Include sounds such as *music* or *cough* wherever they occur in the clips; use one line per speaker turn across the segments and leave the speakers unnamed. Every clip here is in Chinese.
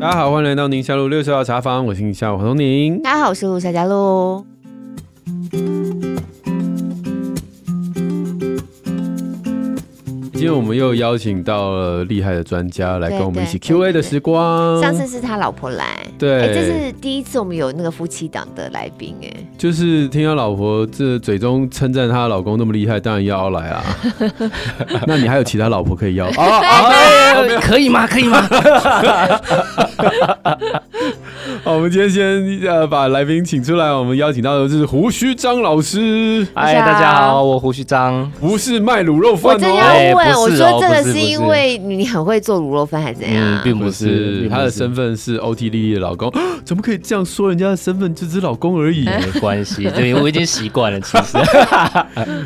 大家好，欢迎来到宁夏路六十号茶坊，我是宁夏黄东宁。
大家好，我是陆小佳喽。
今天我们又邀请到了厉害的专家来跟我们一起
对对
Q&A 的时光。
上次是他老婆来，哎、这
对，
是第一次我们有那个夫妻档的来宾哎、
就是听到老婆这嘴中称赞她老公那么厉害，当然要来啊。那你还有其他老婆可以要？
哦哦， *laughs* 可以吗？可以吗？
好，我们今天先呃把来宾请出来，我们邀请到的是胡须张老师，
哎，大家好，我胡须章。
不是卖卤肉
我
饭
真
哦。
要
哎
问，
不
我
是
说
哦
这个
不是不
因
是
为你很会做卤肉饭还是怎样？
嗯，并不
哎不
是
是，，他的身份是 OT 丽丽的老公，怎么可以这样说人家的身份？只是老公而已。
没关系，
*laughs*
对我已经习惯了。其
嗯
实，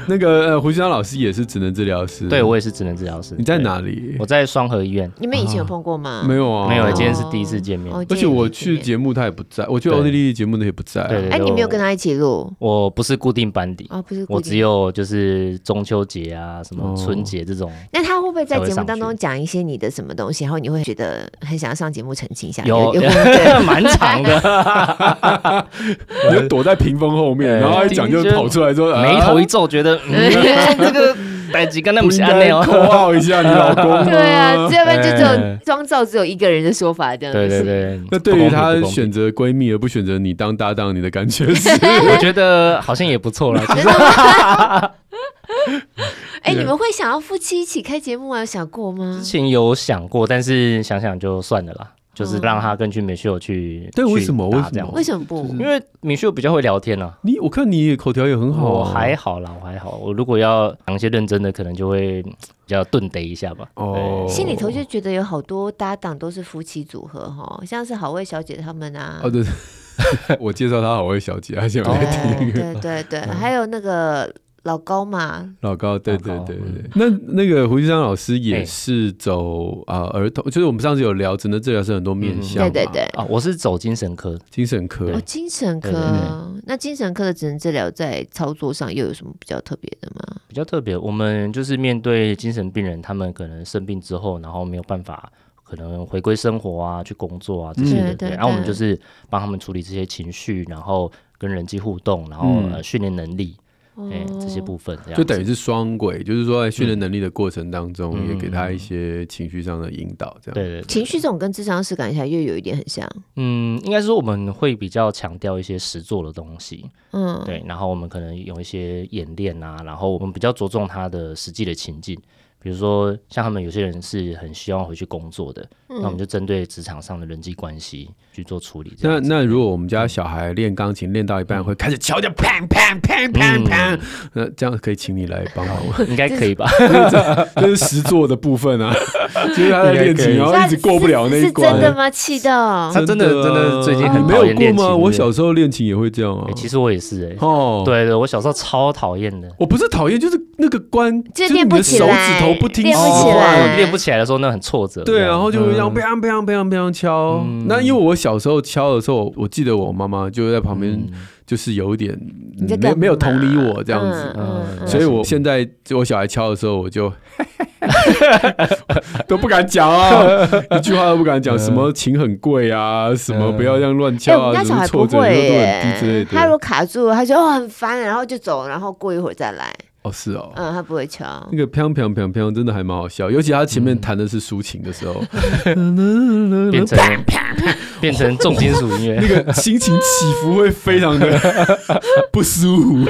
那个呃，胡须章老师也是职能治疗师，
对我也是职能治疗师。
你在
对？
哪里？
我在双河医院。
你们以前有碰过吗？
没有啊，
没有，
哦
今天是第一次见面
哦。
而且我去，节目他也不在，我去
对
OT 丽丽节目他也不在啊。
对对
哎、你没有跟他一起录
我不是固定班底，
哦，不是固定
我只。有就是中秋节啊，什
哦
么春节这种。
那他会不会在
才会
节目
上
当中
去
讲一些你的什么东西，然后你会觉得很想要上节目澄清一下？
有
有
*laughs*
对
蛮长的，
*laughs* 你就躲在屏风后面，
对
然后一讲就跑出来说，
眉头一
啊
皱， *laughs* 觉得嗯，这个代际跟那
不
不
应
是
该
安内
扣
哦。
号一下你老
*laughs*
公吗。
对啊，这边就只有
哎
妆造只有一个人的说法这样子。
对对对，
那对于她
不公平不公平
选 *laughs* 择闺蜜而不选择你当搭档，你的感觉
*laughs*
是？
*laughs* 我觉得好像也不错 *laughs* 啦。
真的吗哎、
对
你们会想要夫妻一起开节目啊？有想过吗
之？前有想过，但是想想就算了
嗯
啦，就是让他跟去美秀去。
对
去
为什么
打
为什
这样
么
为什么不？
因为美秀比较会聊天啊。
你我看你也口条也很好
我
啊，
还好啦，我还好。我如果要讲一些认真的，可能就会嗯比较顿得一下吧。
哦，
心里头就觉得有好多搭档都是夫妻组合哈，像是好味小姐他们啊，
哦对， *laughs* 对我介绍她好位小姐，她
哦
现在没在听。
对对对，
嗯
还有那个老高嘛，
老高，对对
老高嗯
对对，那那个胡须章老师也是走
嗯
啊、儿童，就是我们上次有聊，只能治疗是很多面向嘛，
对对对。
啊，我是走精神科，
精神科
哦，精神科，
对对
那精神科的职能治疗在操作上又有什么比较特别的吗？
比较特别。我们就是面对精神病人，他们可能生病之后，然后没有办法。可能回归生活啊，去工作啊这些的，
嗯对对
然后我们
对
就是帮他们处理这些情绪，然后跟人际互动，然后、
嗯
呃训练能力，哎、这
哦
些部分这样
就等
子
于是双轨，就是说在训练能力的过程当中，
嗯
也给他一些情绪上的引导，这样。
对对对
情绪这种跟智商是感觉起来又有一点很像，
嗯，应该是说我们会比较强调一些实做的东西，
嗯，
对，然后我们可能有一些演练啊，然后我们比较着重他的实际的情境，比如说像他们有些人是很希望回去工作的，
嗯
那我们就针对职场上的人际关系去做处理这
那
样子。
那如果我们家小孩练钢琴练到一半，会开始敲掉，砰砰砰砰
嗯
砰，那这样可以请你来帮忙
*laughs*
嗯
吗？
应该可以吧？
这是实作的部分啊， *laughs* 就是他在练琴，
应该可以
然后一直过不了那一关。啊
是真的吗？气到
他真的真的最近很
你没
讨厌
有
练
过吗？
琴
我
是不是
小时候练琴也会这样啊
欸。其实我也是哎、
哦，
对对，我小时候超讨厌的。
我不是讨厌，就是那个关，
就是
你
练不
的
起
手指
来
头不听
练
使
不起来
唤。
哦我练不起来的时候，那很挫折。
对，啊
这样
然后就会这样
嗯
砰砰砰砰砰敲。
嗯
那因为我小时候敲的时候，我记得我妈妈就在旁边，
嗯
就是有一点
你在
没有
干
没有
嘛
同理我这样子，
嗯嗯
所以我现在就我小孩敲的时候，我
*laughs*
就都不敢讲
*laughs*
啊，一句话都不敢
嗯
讲，什么琴很贵啊，什么不要这样乱
哎、
敲
我们
啊，
家
什
小
么
孩不
挫折
会
率都很低之类
耶，他如
的。
果卡住了，他就哦很烦，然后就走，然后过一会儿再来。
哦，是哦。
嗯，他不会敲。
那个砰砰砰砰真的还蛮好笑，尤其他前
嗯
面弹的是抒情的时候，
变成变成重金属音乐
*laughs* 那。个心情起伏会非常的不舒
*laughs*
服。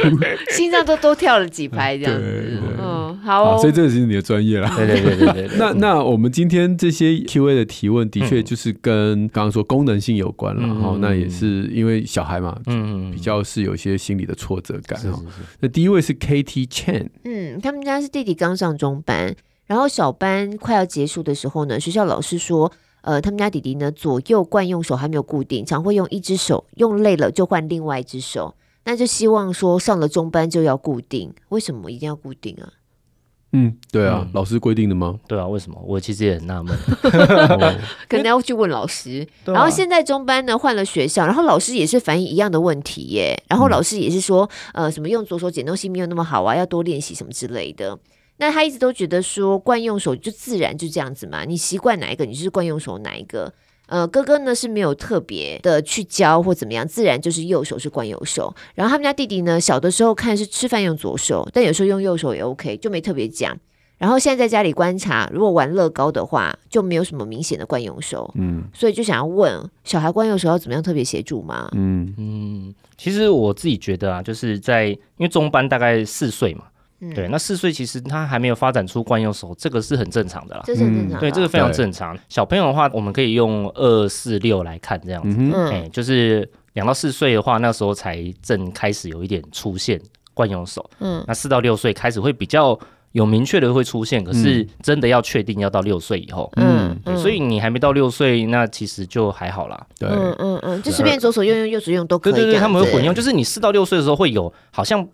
心脏都多跳了几拍这样
对
子
对。
嗯，好、
啊，
哦
所以这是你的专业
*laughs*
啦。
对对对对对对。
那那我们今天这些 Q&A 的提问，的确
嗯
就是跟刚刚说功能性有关了，
嗯
然后
嗯
那
嗯
也是因为小孩嘛，
嗯嗯嗯
比较是有一些心理的挫折感
是
哈
是。是
那第一位是 KT Chen，
嗯，他们家是弟弟刚上中班，然后小班快要结束的时候呢，学校老师说。呃，他们家弟弟呢，左右惯用手还没有固定，常会用一只手，用累了就换另外一只手。那就希望说上了中班就要固定，为什么一定要固定啊？
嗯，对啊
嗯，
老师规定的吗？
对啊，为什么？我其实也很纳 *laughs* 闷。
哦
可能要去问老师。
对啊
然后现在中班呢换了学校，然后老师也是反映一样的问题
嗯
耶。然后老师也是说，呃，什么用左手捡东西没有那么好啊，要多练习什么之类的。那他一直都觉得说惯用手就自然就这样子嘛，你习惯哪一个，你就是惯用手哪一个。呃，哥哥呢是没有特别的去教或怎么样，自然就是右手是惯右手。然后他们家弟弟呢，小的时候看是吃饭用左手，但有时候用右手也 OK，就没特别讲。然后现在在家里观察，如果玩乐高的话，就没有什么明显的惯用手，
嗯
所以就想要问小孩惯用手要怎么样特别协助吗？
嗯，
嗯，其实我自己觉得啊，就是在因为中班大概四岁嘛，
嗯，
对，，那四岁其实他还没有发展出惯用手，这个是很正常的啦。
这是很正常的啊、
嗯对，这个非常
对
正常。小朋友的话，我们可以用二四六来看这样子。
嗯哼，
哎、
嗯
就是两到四岁的话，那时候才正开始有一点出现惯用手。
嗯，
那四到六岁开始会比较有明确的会出现，可是真的要确定要到六岁以后。
嗯
对所以你还没到六岁，那其实就还好啦。
对，
嗯嗯嗯，就随便左手用用，右手用都可
对
以这样
对
子。
对，他们会混用，就是你四到六岁的时候会有好像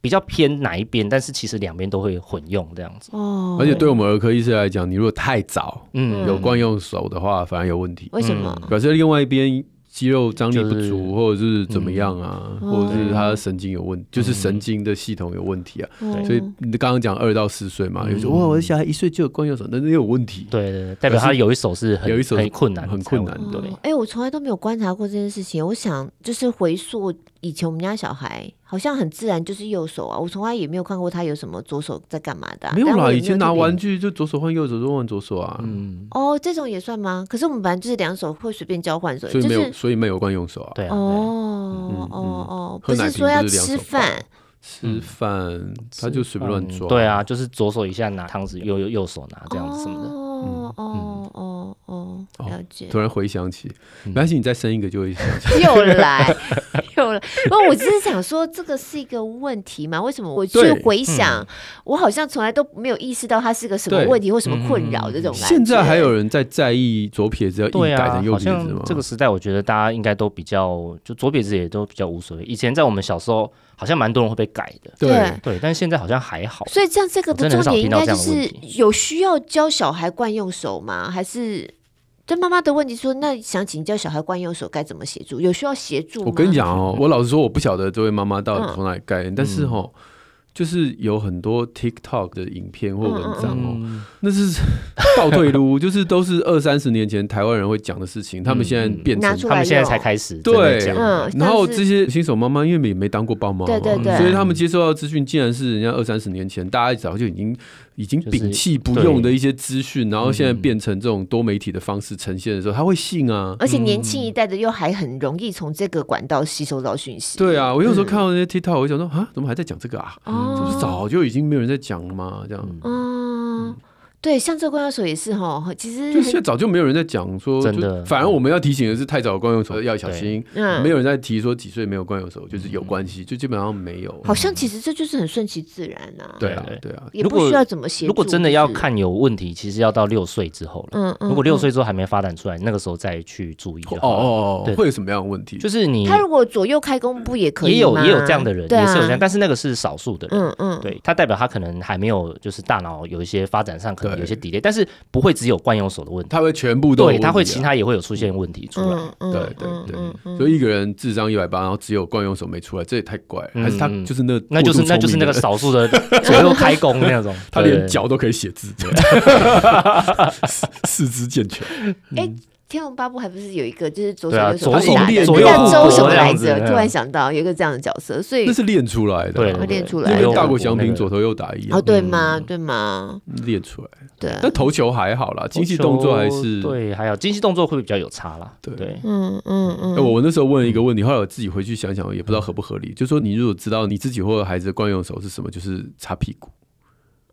比较偏哪一边，但是其实两边都会混用这样子。
哦，
而且对我们儿科医师来讲，你如果太早
嗯，
有惯用手的话，反而有问题，
为什么？
表示另外一边肌肉张力不
就是
足，或者是怎么样啊，
嗯
或者是他神经有
哦
问，就是神经的系统有问题啊。
哦
所以你刚刚讲二到四岁嘛，
嗯
有时候哇，我的小孩一岁就有惯用手，但是也有问题。
对对对，代表他有一手是很
有一手
很困难，
很困难
对
的。
哎、我从来都没有观察过这件事情。我想，就是回溯以前我们家小孩，好像很自然就是右手啊，我从来也没有看过他有什么左手在干嘛的啊、
没有
但我
啦，
也
以前拿
特别
玩具就左手换右手，左手换左手啊，
嗯，
哦，这种也算吗？可是我们本来就是两手会随便交换，所以
所以
就
没
是
有，所以没有惯用手啊。
对啊。对啊
哦
嗯嗯
哦哦，
喝
不
奶
是
瓶
说要
不是两
吃
手抱
饭，
吃饭他就随便乱抓。
嗯对，啊，就是左手一下拿汤匙，右右右手拿这样子什么的。
哦哦哦哦，
嗯哦
了解。 *laughs*
突然回想起，
嗯
没关系，你再生一个就会想
*laughs*
起。
又
*laughs*
来又来，不，我只是想说这个是一个问题嘛？为什么我去
对嗯
回想，我好像从来都没有意识到它是个什么
对
问题或什么困扰
嗯
这种感觉。
现在还有人在在意左撇子要硬
对
改
啊
成，右
好
撇子
像
吗？
这个时代，我觉得大家应该都比较，就左撇子也都比较无所谓。以前在我们小时候，好像蛮多人会被改的，
对。
对，但现在好像还好。
所以这样，这个
我
的
真的
重
很少
点应
听到
该就
这样的
是
问
有需要教小孩惯用手吗？还是对妈妈的问题说，那想请教小孩惯用手该怎么协助？有需要协助吗？嗯
我跟你，讲
*laughs*
哦，我老实说，我不晓得这位妈妈到底从哪里概念，但
嗯
是哦，就是有很多 TikTok 的影片或文章哦，
嗯，
那是 *laughs* 倒退路，就是都是二三十年前台湾人会讲的事情，他们现在变
拿
成
出
他
来
们现嗯在
用。
才开始真
对
的讲，
嗯
然后
像是
这些新手妈妈因为也没当过爸妈嘛，
对对对
所以他们接受到的资讯竟然是人家二三十年前大家早就已经已经
就是嗯
摒弃不用的一些资讯，然后现在变成这种多媒体的方式呈现的时候，他会信啊。
而且年轻一代的又还很容易从这个管道吸收到讯息。
对啊，我有时候
嗯
看到那些 TikTok，我就想说啊，怎么还在讲这个啊？
哦，
不是早就已经没有人在讲了吗？这样，
嗯，对，像这个关手也是哈，其实
就
很
现在早就没有人在讲说，
真的
就反而我们要提醒的是，太早的惯用手要小心，
嗯
没有人在提说几岁没有惯用手就是
嗯
有关系，就基本上没有。
好像其实这就是很顺其自然啊，
对啊
对，
对啊，
也
如
不
果
需要怎么协助。
如果真的要
就是，
看有问题，其实要到六岁之后了。
嗯嗯，
如果六
嗯，
岁之后还没发展出来，那个时候再去注意就
哦
好了。
哦哦，
对
会有什么样的问题？
就是你
他如果左右开弓不也可以
也有
吗
也有这样的人，
对啊
也是有这样，但是那个是少数的人。
嗯嗯，
对，它代表他可能还没有，就是大脑有一些发展上可能
对
有一些 delay，但是不会只有惯用手的问题，
他会全部都有
对，他会
问题啊
其他也会有出现问题出来。
嗯嗯，
对对
嗯
对
嗯嗯
所以一个人智商一百八，然后只有惯用手没出来，这也太怪了。
嗯
还是他
嗯
就是那
那就是
过度
那就是
聪明的
那个
人
少数的左右开弓那种，
*laughs* 他
对
连脚都可以写字， *laughs* 四四肢健全。
哎，《天龙八部》还不是有一个就是左手
对啊
右手
左手
打
练
的，
左右
叫周
互搏
手
这
来
样子
着，突然
嗯
想到有一个这样的角色，所以
那是练出来的
对
啊，
对
练出
对哎
来
就
的
跟
对
大国翔
那
平
个
左头右打一
哦，
样，
对吗？对吗？
练出来。
对，
但投球还好啦，精细动作还是
对，还有精细动作会比较有差啦。
对
对，
嗯嗯
哎
嗯，
我那时候问了一个问题，后来我自己回去想想，也不知道合不合理。就说你如果知道你自己或者孩子的惯用手是什么，就是擦屁股，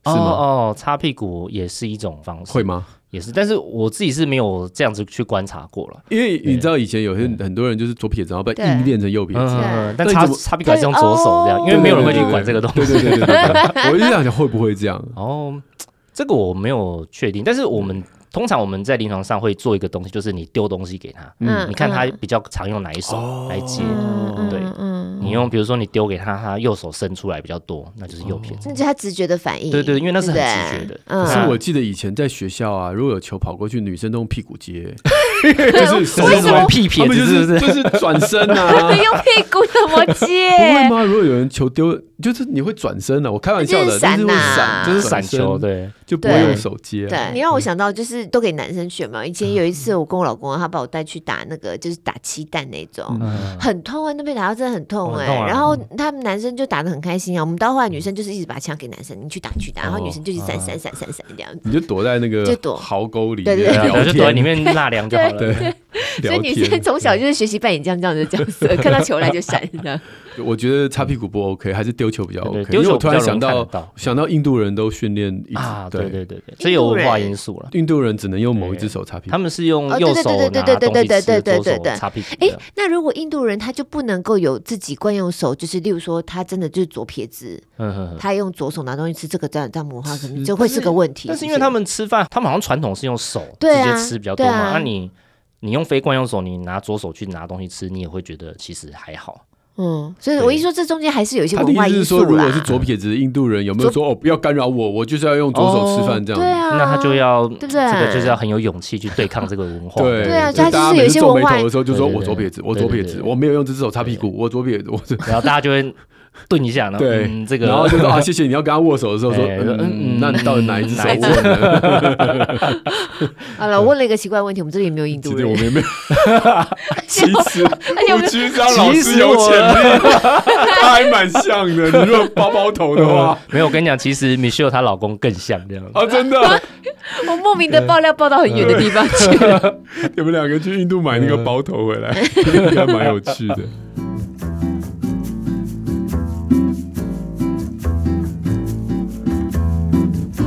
是
哦
吗？
哦，擦屁股也是一种方式，
会吗？
也是，但是我自己是没有这样子去观察过了。
因为你知道以前有些很多人就是左撇子，然后被
对
硬练成右撇子。
嗯，但
那你
擦
怎么
擦屁股还是用左手这样，因为没有人会去管这个东西。
对对对对对对，我就想想会不会这样？
哦，这个我没有确定，但是我们通常我们在临床上会做一个东西，就是你丢东西给他，
嗯
你看他
嗯
比较常用哪一手来接。
嗯
哦
嗯
对
嗯嗯，
你用比如说你丢给他，他右手伸出来比较多，那就是右撇子。
那就是他直觉的反应。
对对，因为那是很
对不对
直觉的。
嗯
可是我记得以前在学校啊，如果有球跑过去，女生都用屁股接，就是手
为什么
软
屁
他
撇
们就
子
是
不
是
是？
就是转身
他 *laughs*
啊
们。用屁股怎么接
不？
*laughs*
会
哎
吗？如果有人球丢，就是你会转身啊。我开玩笑
就
的，
是
但
闪
是会闪，
呐
就
就是是闪球，
身，
对，
就不会
对
用手接啊。
对，你让我想到就是都给男生选嘛。以前有一次我跟我老公啊，他把我带去打那个就是打鸡蛋那种，
嗯
很痛啊，那边打到真的很痛
哦
哎、
很痛啊
然后他们男生就打的很开心啊，我们到后来女生就是一直把枪给男生，你去打你去打，然后女生就一直闪
哦
闪闪闪闪这样子。
你就躲在那个
就躲
壕沟里
对
面
对
对啊
聊
我
天，
就躲在里面纳凉就好
*laughs*
了。
对
所以
聊
女生
天。
从小就是学习扮演这样这样的角色，看到球来就闪这样。
我觉得擦屁股不 OK，还是丢球比较
对对
OK。因
丢
为
球
我突然
比较
想
容易看
到
得到
想到印度人都训练一直
啊，对对对对，这
印
有
度
文化
人
因素了。
印度人只能用某一只手擦屁股
他。们是用
哦对
右
对
手
对对
拿
对对
东西
对
吃
对对，
左
对对
手擦屁股
哎
这样。，
那如果印度人他就不能够有自己惯用手，就是例如说他真的就是左撇子，
嗯嗯嗯。
他用左手拿东西吃这个这样这样母化，可能
是
就会是个问题。
但是因为他们吃饭，他们好像传统是用手直
对啊
接吃比较多
对啊
嘛。那你你用非惯用手，你拿左手去拿东西吃，你也会觉得其实还好。
嗯，所以我一说这中间还是有一些
他的
文化
意思
因
是
素
说，如
啦
果。是左撇子的印度人，有没有说哦不要干扰我，我就是要用左手吃饭这样？
对啊，
那他就要
对不
这个就是要
对？
很有勇气去对抗这个文化。
对
对啊
所以
他就是
大家
有一
每次
些
皱
文
眉
化
头的时候就说：“
对对
我
对
左撇子，我
对
左
对
撇
对
子，
对
我没有用这只手擦屁股，我左撇子，我这。
然后大家就会顿一下，然后
对
嗯，这”个，
然后就说：“啊，谢谢你要跟他握手的时候说，
哎
嗯
嗯
嗯，那你到底哪一只手
哪一只
握呢？
*laughs*
好了，我问了一个奇怪问题，我们这里也没有印
其
度
实我们
人，
也没有，其实
而啊哎且
我
我们
其实老师有潜
*laughs*
力，他还蛮像的。你如果包包头的话，
没有，我跟你讲，其实 Michelle 她老公更像这样。
啊，真的，
我莫名的爆料爆到很远的地方 *laughs* 去。
你们两个去印度买那个包头回来，
嗯
应该蛮有趣
*laughs*
的。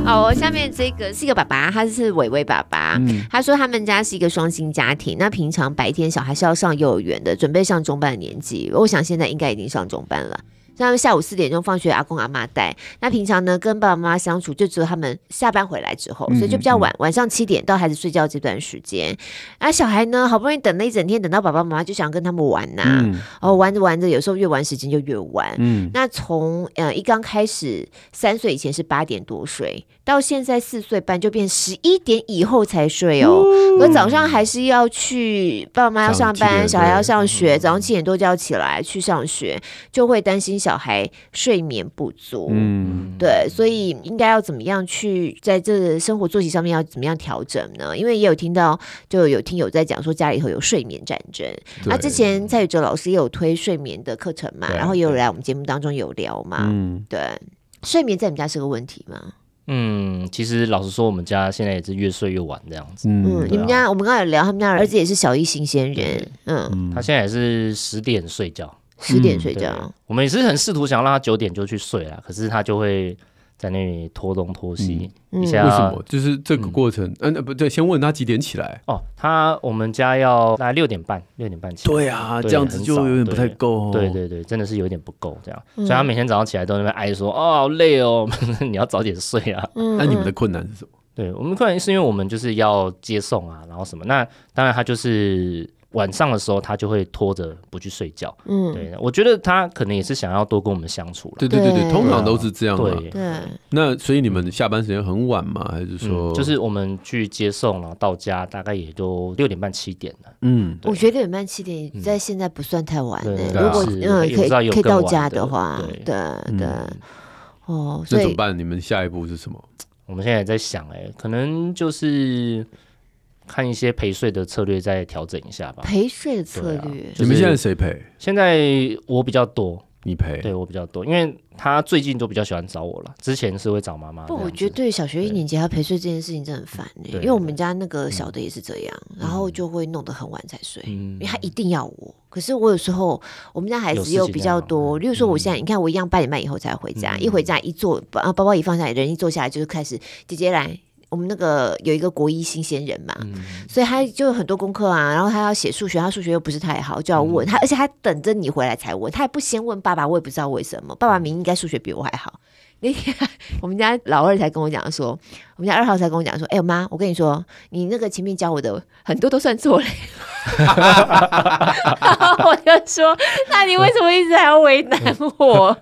好，下面这个是一个爸爸，他是伟伟爸爸。
嗯，
他说他们家是一个双薪家庭，那平常白天小孩是要上幼儿园的，准备上中班的年纪，我想现在应该已经上中班了。所以他们下午四点钟放学，阿公阿妈带。那平常呢，跟爸爸妈妈相处就只有他们下班回来之后，
嗯
所以就比较晚，晚上七点到孩子睡觉这段时间。啊，小孩呢，好不容易等了一整天，等到爸爸妈妈就想跟他们玩呐、哦，玩着玩着，有时候越玩时间就越晚。
嗯，
那从呃一刚开始三岁以前是八点多睡，到现在四岁半就变十一点以后才睡哦。可早上还是要去，爸妈要
上
上
七
班，
点嗯
小孩要上学，早上七点多就要起来去上学，就会担心小孩睡眠不足。
嗯，
对，所以应该要怎么样去在这个生活作息上面要怎么样调整呢？因为也有听到，就有听友在讲说家里头有睡眠战争。那啊之前蔡宇哲老师也有推睡眠的课程嘛，
对
然后也有来我们节目当中有聊嘛，
嗯，
对。睡眠在你们家是个问题吗？
嗯，其实老实说，我们家现在也是越睡越晚这样子。
嗯，
嗯，
你们家我们刚才有聊，他们家儿子也是小一新鲜人，嗯，
他现在也是十点睡觉，
十
嗯
点睡
对
觉，，
我们也是很试图想要让他九点就去睡啦，可是他就会在那里拖东拖
嗯
西。一
为
下
什么？就是这个过程，嗯，呃不对，先问他几点起来。
哦，他我们家要大概六点半，六点半起来。
对啊，
对
这样子就有点不太够哦。
对对对，真的是有点不够这样，
嗯
所以他每天早上起来都在那边哀说：“哦，好累哦， *laughs* 你要早点睡啊。”
嗯
那你们的
嗯
困难是什么？
对我们客人是因为我们就是要接送啊，然后什么，那当然他就是晚上的时候他就会拖着不去睡觉。
嗯，
对，我觉得他可能也是想要多跟我们相处了。
对对对
对
对，通常都是这样嘛。
对，
对，
那所以你们下班时间很晚吗？还是说
嗯，就是我们去接送，然后到家大概也就六点半七点了。
嗯，
我觉得六点半七点在现在不算太晚
嗯对
呢，
对
如果
是
嗯
有
可以
知道有
可以
更
到
晚
家
的
的话，
对嗯
对对，哦，
那
所
怎么
以
办？你们下一步是什么？
我们现在也在想、哎，可能就是看一些陪睡的策略，再调整一下吧。
陪睡的策
对啊
略，
就
你们
是
现在谁陪？
现在我比较多，
你陪？
对我比较多，因为他最近都比较喜欢找我了，之前是会找妈妈这
不，
样子。
我觉得对小学一年级他陪睡这件事情真的很烦呢、
对
因为我们家那个小的也是这样，然后就会弄得很晚才睡，
嗯
因为他一定要我。可是我有时候我们家孩
有
子
事
又
情嗯
比
要
较
忙
多，例如说我现在你看我一样八点半以后才回家，一回
嗯
家一坐把包包一放下来，人一坐下来就是开始姐姐来。我们那个有一个国一新鲜人嘛，
嗯
所以他就有很多功课啊，然后他要写数学，他数学又不是太好，就要
嗯
问他，而且他等着你回来才问，他也不先问爸爸，我也不知道为什么，爸
嗯
爸明明应该数学比我还好。 *laughs* 那天我们家老二才跟我讲说，我们家二号才跟我讲说，哎、妈，我跟你说，你那个前面教我的很多都算错了。 *laughs* 然后我就说，那你为什么一直还要为难我？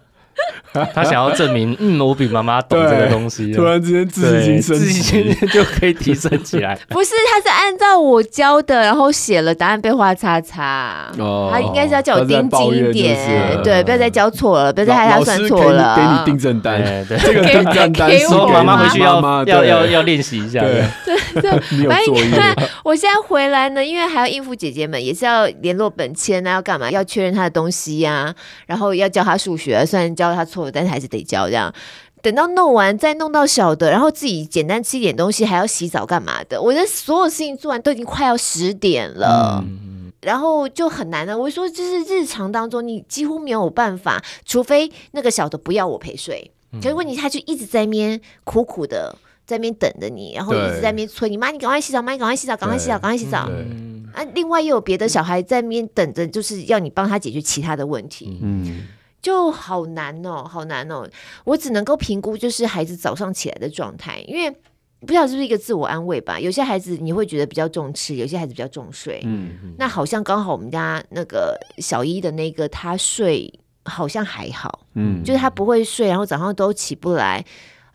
他想要证明，嗯，我比妈妈懂这个东西，
突然之间自
对
信心升
自信
起，
心就可以提升
*laughs*
起来。
*laughs* 不是，他是按照我教的，然后写了答案被画叉叉。
哦
他应该是要叫我
他在
盯
抱
紧
怨
一
就是
点，
了
对，不要再教错了，不要再害
老
他
老
算
师
错了。
给你给你订正单，
啊哎对对，
这个订正单
给
是
我
说
给
妈妈回去要
妈妈
要
对
要要练习一下。
对， *laughs* 你有
哎
作
你
业
看，我现在回来呢，因为还要应付姐姐们，也是要联络本签啊，要干嘛？要确认她的东西呀、然后要教她数学、虽然教她错了，但是还是得教这样。等到弄完，再弄到小的，然后自己简单吃一点东西，还要洗澡干嘛的？我的所有事情做完都已经快要十点
嗯
了。然后就很难啊了。我说，就是日常当中你几乎没有办法，除非那个小的不要我陪睡。可是问
嗯
题他就一直在那边苦苦的在那边等着你，然后
对
一直在那边催你妈，你赶快洗澡，妈你赶快洗澡，赶快洗澡，
对
赶快洗澡。
对
嗯
啊，另外又有别的小孩在那边等着，就是要你帮他解决其他的问题，
嗯，
就好难哦，好难哦。我只能够评估就是孩子早上起来的状态，因为不知道是不是一个自我安慰吧。有些孩子你会觉得比较重吃，有些孩子比较重睡。
嗯，
那好像刚好我们家那个小一的那个，他睡好像还好，
嗯，
就是他不会睡，然后早上都起不来，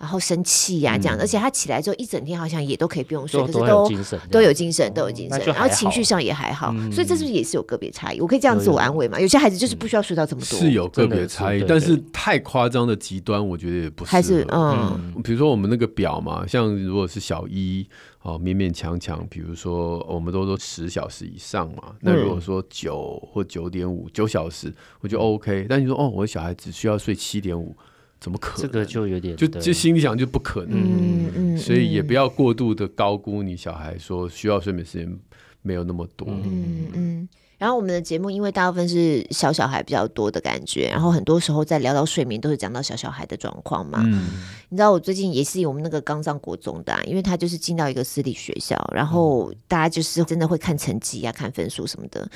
然后生气呀、这样，而且他起来之后一整天好像也都可以不用睡，
就
可是
都很有
都
精神，
都有精神，都有精
那
神，
就
然后
还
情绪
好
上也还好，
嗯
所以这是不是也是有个别差异？我可以这样
有
自我
有
安慰嘛？有些孩子就是不需要睡到这么多，
是有个
真的
别
是
差异，
对
但
对
是太夸张的极端，我觉得也不
还是
适合
嗯
嗯
比如说我们那个表嘛，像如果是小一哦，勉勉强强，比如说我们都说十小时以上嘛，那如果说九或九点五九小时，我觉得 OK。但你说哦，我的小孩只需要睡七点五，怎么可能？
这个就有点
就
对
就心里想就不可能，
嗯嗯，
所以也
嗯
不要过度的高估你小孩说需要睡眠时间没有那么多。
嗯嗯，然后我们的节目因为大部分是小小孩比较多的感觉，然后很多时候在聊到睡眠都是讲到小小孩的状况嘛。
嗯，
你知道我最近也是有我们那个刚上国中的、啊，因为他就是进到一个私立学校，然后大家就是真的会看成绩啊、看分数什么的。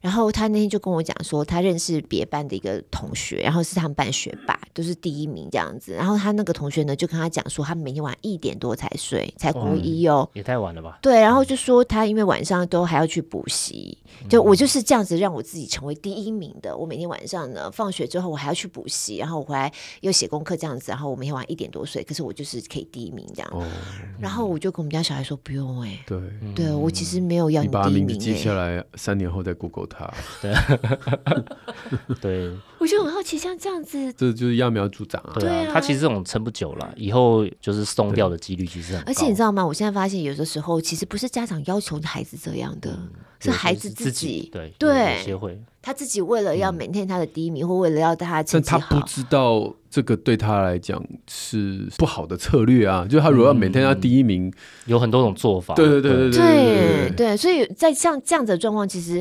然后他那天就跟我讲说，他认识别班的一个同学，然后是他们班学霸，都、是第一名这样子。然后他那个同学呢，就跟他讲说，他每天晚上一点多才睡，才国一哦。
也太晚了吧？
对，然后就说他因为晚上都还要去补习，就
嗯
我就是这样子让我自己成为第一名的。我每天晚上呢，放学之后我还要去补习，然后我回来又写功课这样子，然后我每天晚上一点多睡，可是我就是可以第一名这样。
哦，
然后我就跟我们家小孩说不用哎、
对。
对我其实没有要
嗯你
你
把他
第一
名字记
名、
下
欸，
来，三年后再 Google 他，
对啊
我就很好奇，像这样子，
这就是揠苗助长啊。
对
对啊
啊，他其实这种撑不久了，以后就是松掉的几率其实很高。
而且你知道吗？我现在发现有的时候其实不是家长要求孩子这样的，
嗯
是
有些
孩子
自
己
对
对
有些会
他自己为了要 maintain 他的第一名，或为了要他的成
嗯但他
绩好，
不知道这个对他来讲是不好的策略啊，就是他如果要每天要第一名，
有很多种做法。
对对对对
对
对
对，所以在像这样子的状况，其实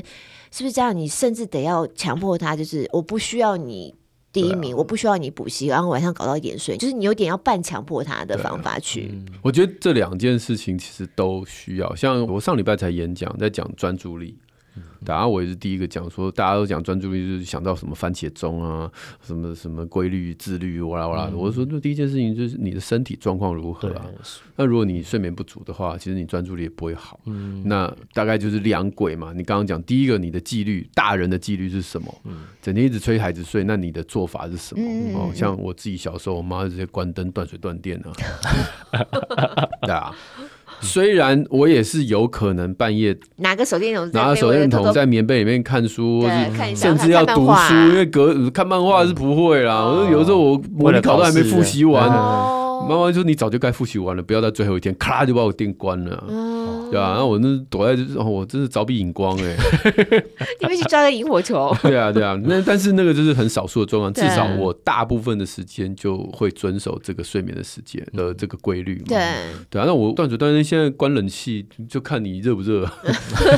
是不是这样？你甚至得要强迫他，就是我不需要你第
啊
一名，我不需要你补习，然后晚上搞到一点睡，就是你有点要半强迫他
啊
的方法去。
嗯
我觉得这两件事情其实都需要。像我上礼拜才演讲，在讲专注力。答案我也是第一个讲说，大家都讲专注力，就是想到什么番茄钟啊，什么什么规律、自律，哇啦哇啦的。我就说，那第一件事情就是你的身体状况如何
对
啊？那如果你睡眠不足的话，其实你专注力也不会好。那大概就是两轨嘛。你刚刚讲第一个，你的纪律，大人的纪律是什么？整天一直催孩子睡，那你的做法是什么？
嗯嗯
哦
嗯，
像我自己小时候，我妈就直接关灯、断水、断
*laughs*
电啊。对啊，虽然我也是有可能半夜
拿个手电筒，
拿着手电筒在棉被里面看书，或
对
是
看一下
甚至要
看
读
漫画啊
书，因为隔看漫画是不会啦。
哦
我有时候我模拟考都还没复
嗯
习完， *laughs*
为了考试
哦，
妈妈就说你早就该复习完了，不要在最后一天，咔啦就把我电关了。
嗯，
对啊，然后我那躲在，哦我真是凿壁荧光哎、。
你们一起抓个萤火虫 *laughs*
对啊，对啊，那但是那个就是很少数的状况，至
对
少我大部分的时间就会遵守这个睡眠的时间的这个规律嘛。
嗯对，
对啊，那我断水断电，现在关冷气就看你热不
*laughs*
热。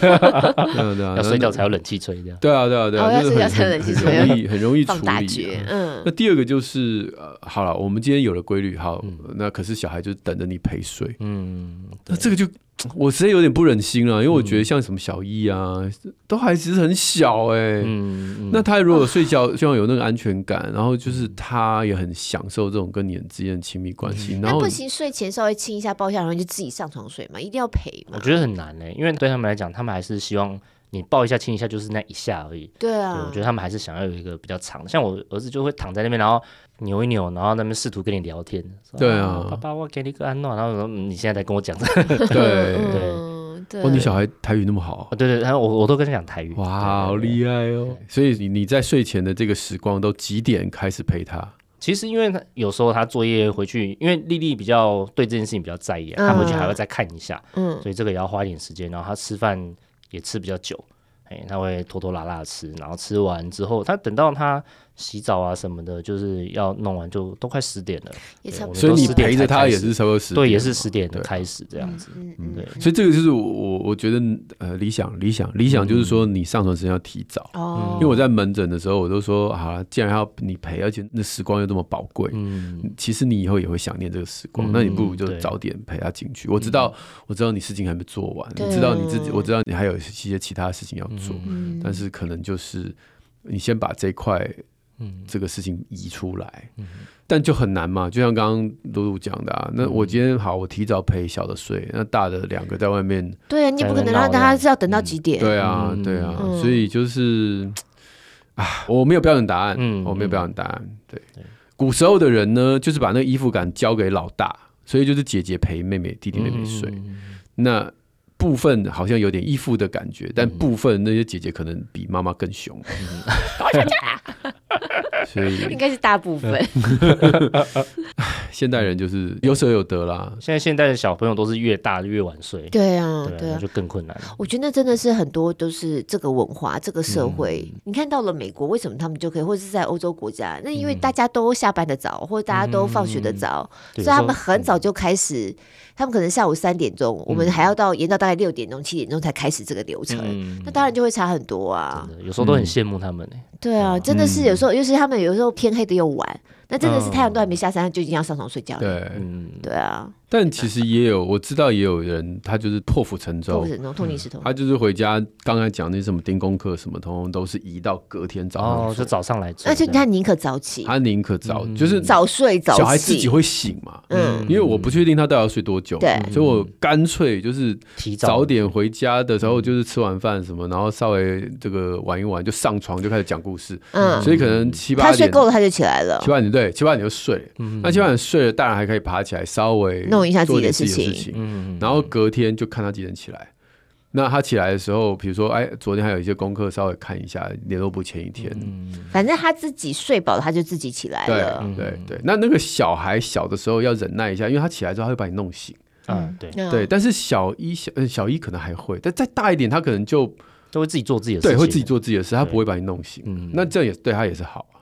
对啊，对啊，
*laughs* 要睡觉
那
才有冷气吹这样。
对啊，对啊，对
哦
啊，
要
就是
睡觉
很
才有冷气吹
很容易很容易处
放大
理
绝
啊。，
嗯
那第二个就是呃，好了，我们今天有了规律，好，那可是小孩就等着你陪睡。
嗯，
那这个就我实在有点不忍心啊了，因为我觉得像什么小一啊，都还其实很小哎、
嗯，嗯
那他如果睡觉，希望有那个安全感，然后就是他也很享受这种跟你之间的亲密关
嗯
系，然
那
后
不行，睡前稍微亲一下抱一下，然后你就自己上床睡嘛，一定要陪嘛
欸我。觉得很难呢、因为对他们来讲，他们还是希望你抱一下亲一下就是那一下而已。
对
对，我
啊
嗯
觉，得他们还是想要有一个比较长的，像我儿子就会躺在那边，然后扭一扭，然后那边试图跟你聊天。说
对啊
爸爸，我给你个安诺，然后我说嗯你现在在跟我讲这个， *laughs*
对，
嗯对
哇，你小孩台语那么好啊
哦，，对对，然后我我都跟他讲台语。
哇，好
害！对
厉害哦！所以你你在睡前的这个时光都几点开始陪他？
其实因为他有时候他作业回去，因为丽丽比较对这件事情比较在意、啊，她回去还会再看一下，
嗯
所以这个也要花一点时间。然后她吃饭也吃比较久，哎，她会拖拖拉拉地吃，然后吃完之后，她等到她洗澡啊什么的，就是要弄完就都快十点了，
也差不多。
所以你
10点
陪着他
才开
也
始
是差不多十
对，也
点
是
嘛
十点
对啊
开始这样子。
嗯嗯
对
嗯
所以这个就是我我我觉得呃理想理想理想就是说
嗯
你上床时间要提早，
哦，
因为我在门诊的时候我都说啊，既然要你陪，而且那时光又这么宝贵，
嗯，
其实你以后也会想念这个时光，
嗯
那你不如就
对嗯
早点陪他进去。我知道，我知道你事情还没做完，
对
你知道你自己，我知道你还有一些其他事情要做，
嗯
但是可能就是你先把这块
嗯
这个事情移出来，但就很难嘛。就像刚刚露露讲的啊，
嗯
那我今天好，我提早陪小的睡，那大的两个在外面，
对啊，你也不可能
在那
让
闹
他
呢
是要等到几点？
对啊
嗯，
对啊，
嗯
所以就是，啊，我没有标准答案，
嗯
我没有标准答案。对，古时候的人呢，就是把那个依附感交给老大，所以就是姐姐陪妹妹，
嗯
弟弟妹妹睡。那部分好像有点依附的感觉，但部分那些姐姐可能比妈妈更凶。 *laughs* 所
*laughs* 应
以
该是大部分。
现代人就是有舍有得啦，
现在现在的小朋友都是越大越晚睡，
*laughs* 对啊，
对
对
啊，那
啊。
就更困难。
我觉得真的是很多都是这个文化、这个
嗯
社会。你看到了美国，为什么他们就可以，或者是在欧洲国家，那
嗯
因为大家都下班的早，或者大家都放学的早，
对嗯
所以他
有
们
时候
很早就开始。他们可能下午三点钟，我们还要到延到大概六点钟、七点钟才开始这个流程。
嗯
那当然就会差很多啊，
真的有时候都很羡慕他们欸
对
哦
啊，真的是
嗯
有时候，尤其是他们有时候天黑的又晚，那真的是
嗯
太阳都还没下山，就已经要上床睡觉了。
对。
嗯，
对啊，
但其实也有，我知道也有人他就是破釜沉舟，
痛不忍痛，痛定思痛。
啊嗯他就是回家，刚才讲那什么盯功课什么，通通都是移到隔天早上
哦，嗯
做。
就早上来做，
而且你看，宁可早起，
他宁可早，就是
早睡早起，
小孩自己会醒嘛。
嗯，
因为我不确定他到底要睡多久，
对
所以我干脆就是
提早嗯
早点回家的时候，就是吃完饭什么，然后稍微这个玩一玩，就上床就开始讲故事。
嗯
所以可能七八
他睡
点，
够了他就起来了
七。八点对，七八点就睡了。
嗯
那七八点睡了，大人还可以爬起来稍微
弄一下自己的事
做
情
点自己的事情。
嗯，
然后隔天就看他几点起来。那他起来的时候，比如说，哎，昨天还有一些功课，稍微看一下联络部前一天。
嗯
反正他自己睡饱了，他就自己起来
对嗯
了。
对
嗯
对，那那个小孩小的时候要忍耐一下，因为他起来之后他会把你弄醒。
嗯，对，
嗯
对，，但是小一小嗯小一可能还会，但再大一点他可能就
都会自己做自己的事
对
情，
会自己做自己的事，他
对
不会把你弄醒。
嗯，
那这样也对他也是好啊。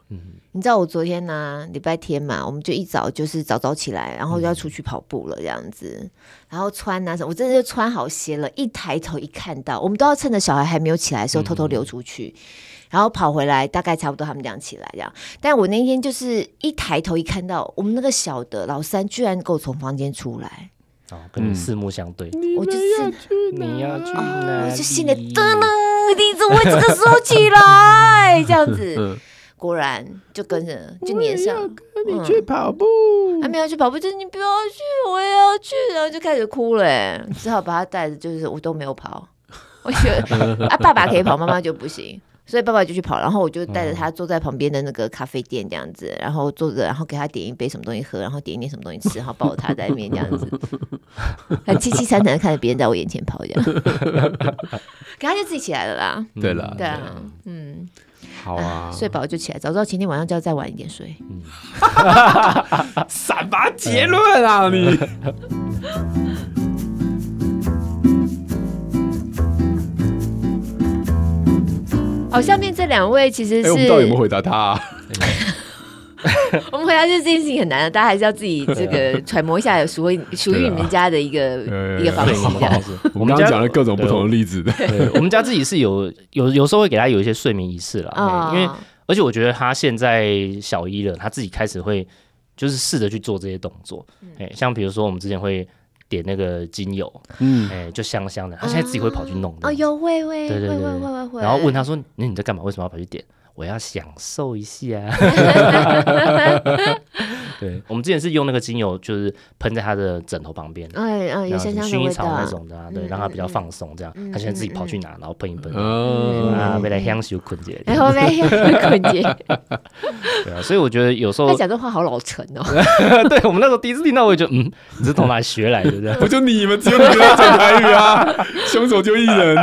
你知道我昨天呢、礼拜天嘛，我们就一早就是早早起来，然后就要出去跑步了这样子，然后穿啊什么，我真的就穿好鞋了，一抬头一看到，我们都要趁着小孩还没有起来的时候偷偷溜出去，然后跑回来，大概差不多他们这样起来这样。但我那天就是一抬头一看到，我们那个小的老三居然给我从房间出来，
哦跟
嗯
你四目相对，
我就是
你要去
哦我
哪？
就心里噔噔，你怎么会这个时候起来？这样
*laughs*
子，
嗯，
果然就跟着就粘上。
你去跑步。
还啊没有去跑步，就是你不要去，我也要去，然后就开始哭了欸，只好把他带着，就是我都没有跑，我觉得啊，爸爸可以跑，妈妈就不行。所以爸爸就去跑，然后我就带着他坐在旁边的那个咖啡店这样子，然后坐着，然后给他点一杯什么东西喝，然后点一点什么东西吃，然后抱着他在那边这样子，很凄凄惨惨地看着别人在我眼前跑这样，可他就自己起来了啦。
对了，
对啊，嗯，
好啊，
睡饱就起来，早知道前天晚上就要再晚一点睡。
什么结论啊你？
好，下面这两位其实
哎，
是
我们到底有没有回答他
*laughs*
啊？
我们回答就是啊这件事情很难的，大家还是要自己这个揣摩一下属于属于你们家的一个
啊对啊
一个方
对，
式
我们
这样
家。是
我们刚刚讲了各种不
对
同的例子的。
对，我们家自己是有有有时候会给他有一些睡眠仪式 *laughs* 啦，
啊
嘿因为而且我觉得他现在小一了，他自己开始会就是试着去做这些动作，
嗯
哎，像比如说我们之前会点那个精油，
嗯，
哎，就香香的，他现在自己会跑去弄的
哦，有会会
对
会
对对
会
对
会会会，
然后问他说：“你你
*laughs*
在干嘛？为什么要跑去点？”我要享受一下。对，我们之前是用那个精油，就是喷在他的枕头旁边，
哎啊，有
然后
香
什么
香的
薰衣
味
草
道
那
啊，
种的、啊，
嗯
对，让他比较放松，这样、
嗯
他现在自己跑去拿，然后喷一喷。
哦，
啊，为了享受困节，
哎，后面困
*laughs*
姐，
对啊，所以我觉得有时候
他，讲这话好老成哦。
*laughs* 对我们那时候第一次听到，我也觉得，嗯，你是从哪里学来的这 *laughs* 样？
不就你们只有你们在讲台语
*laughs*
啊，凶手就一人。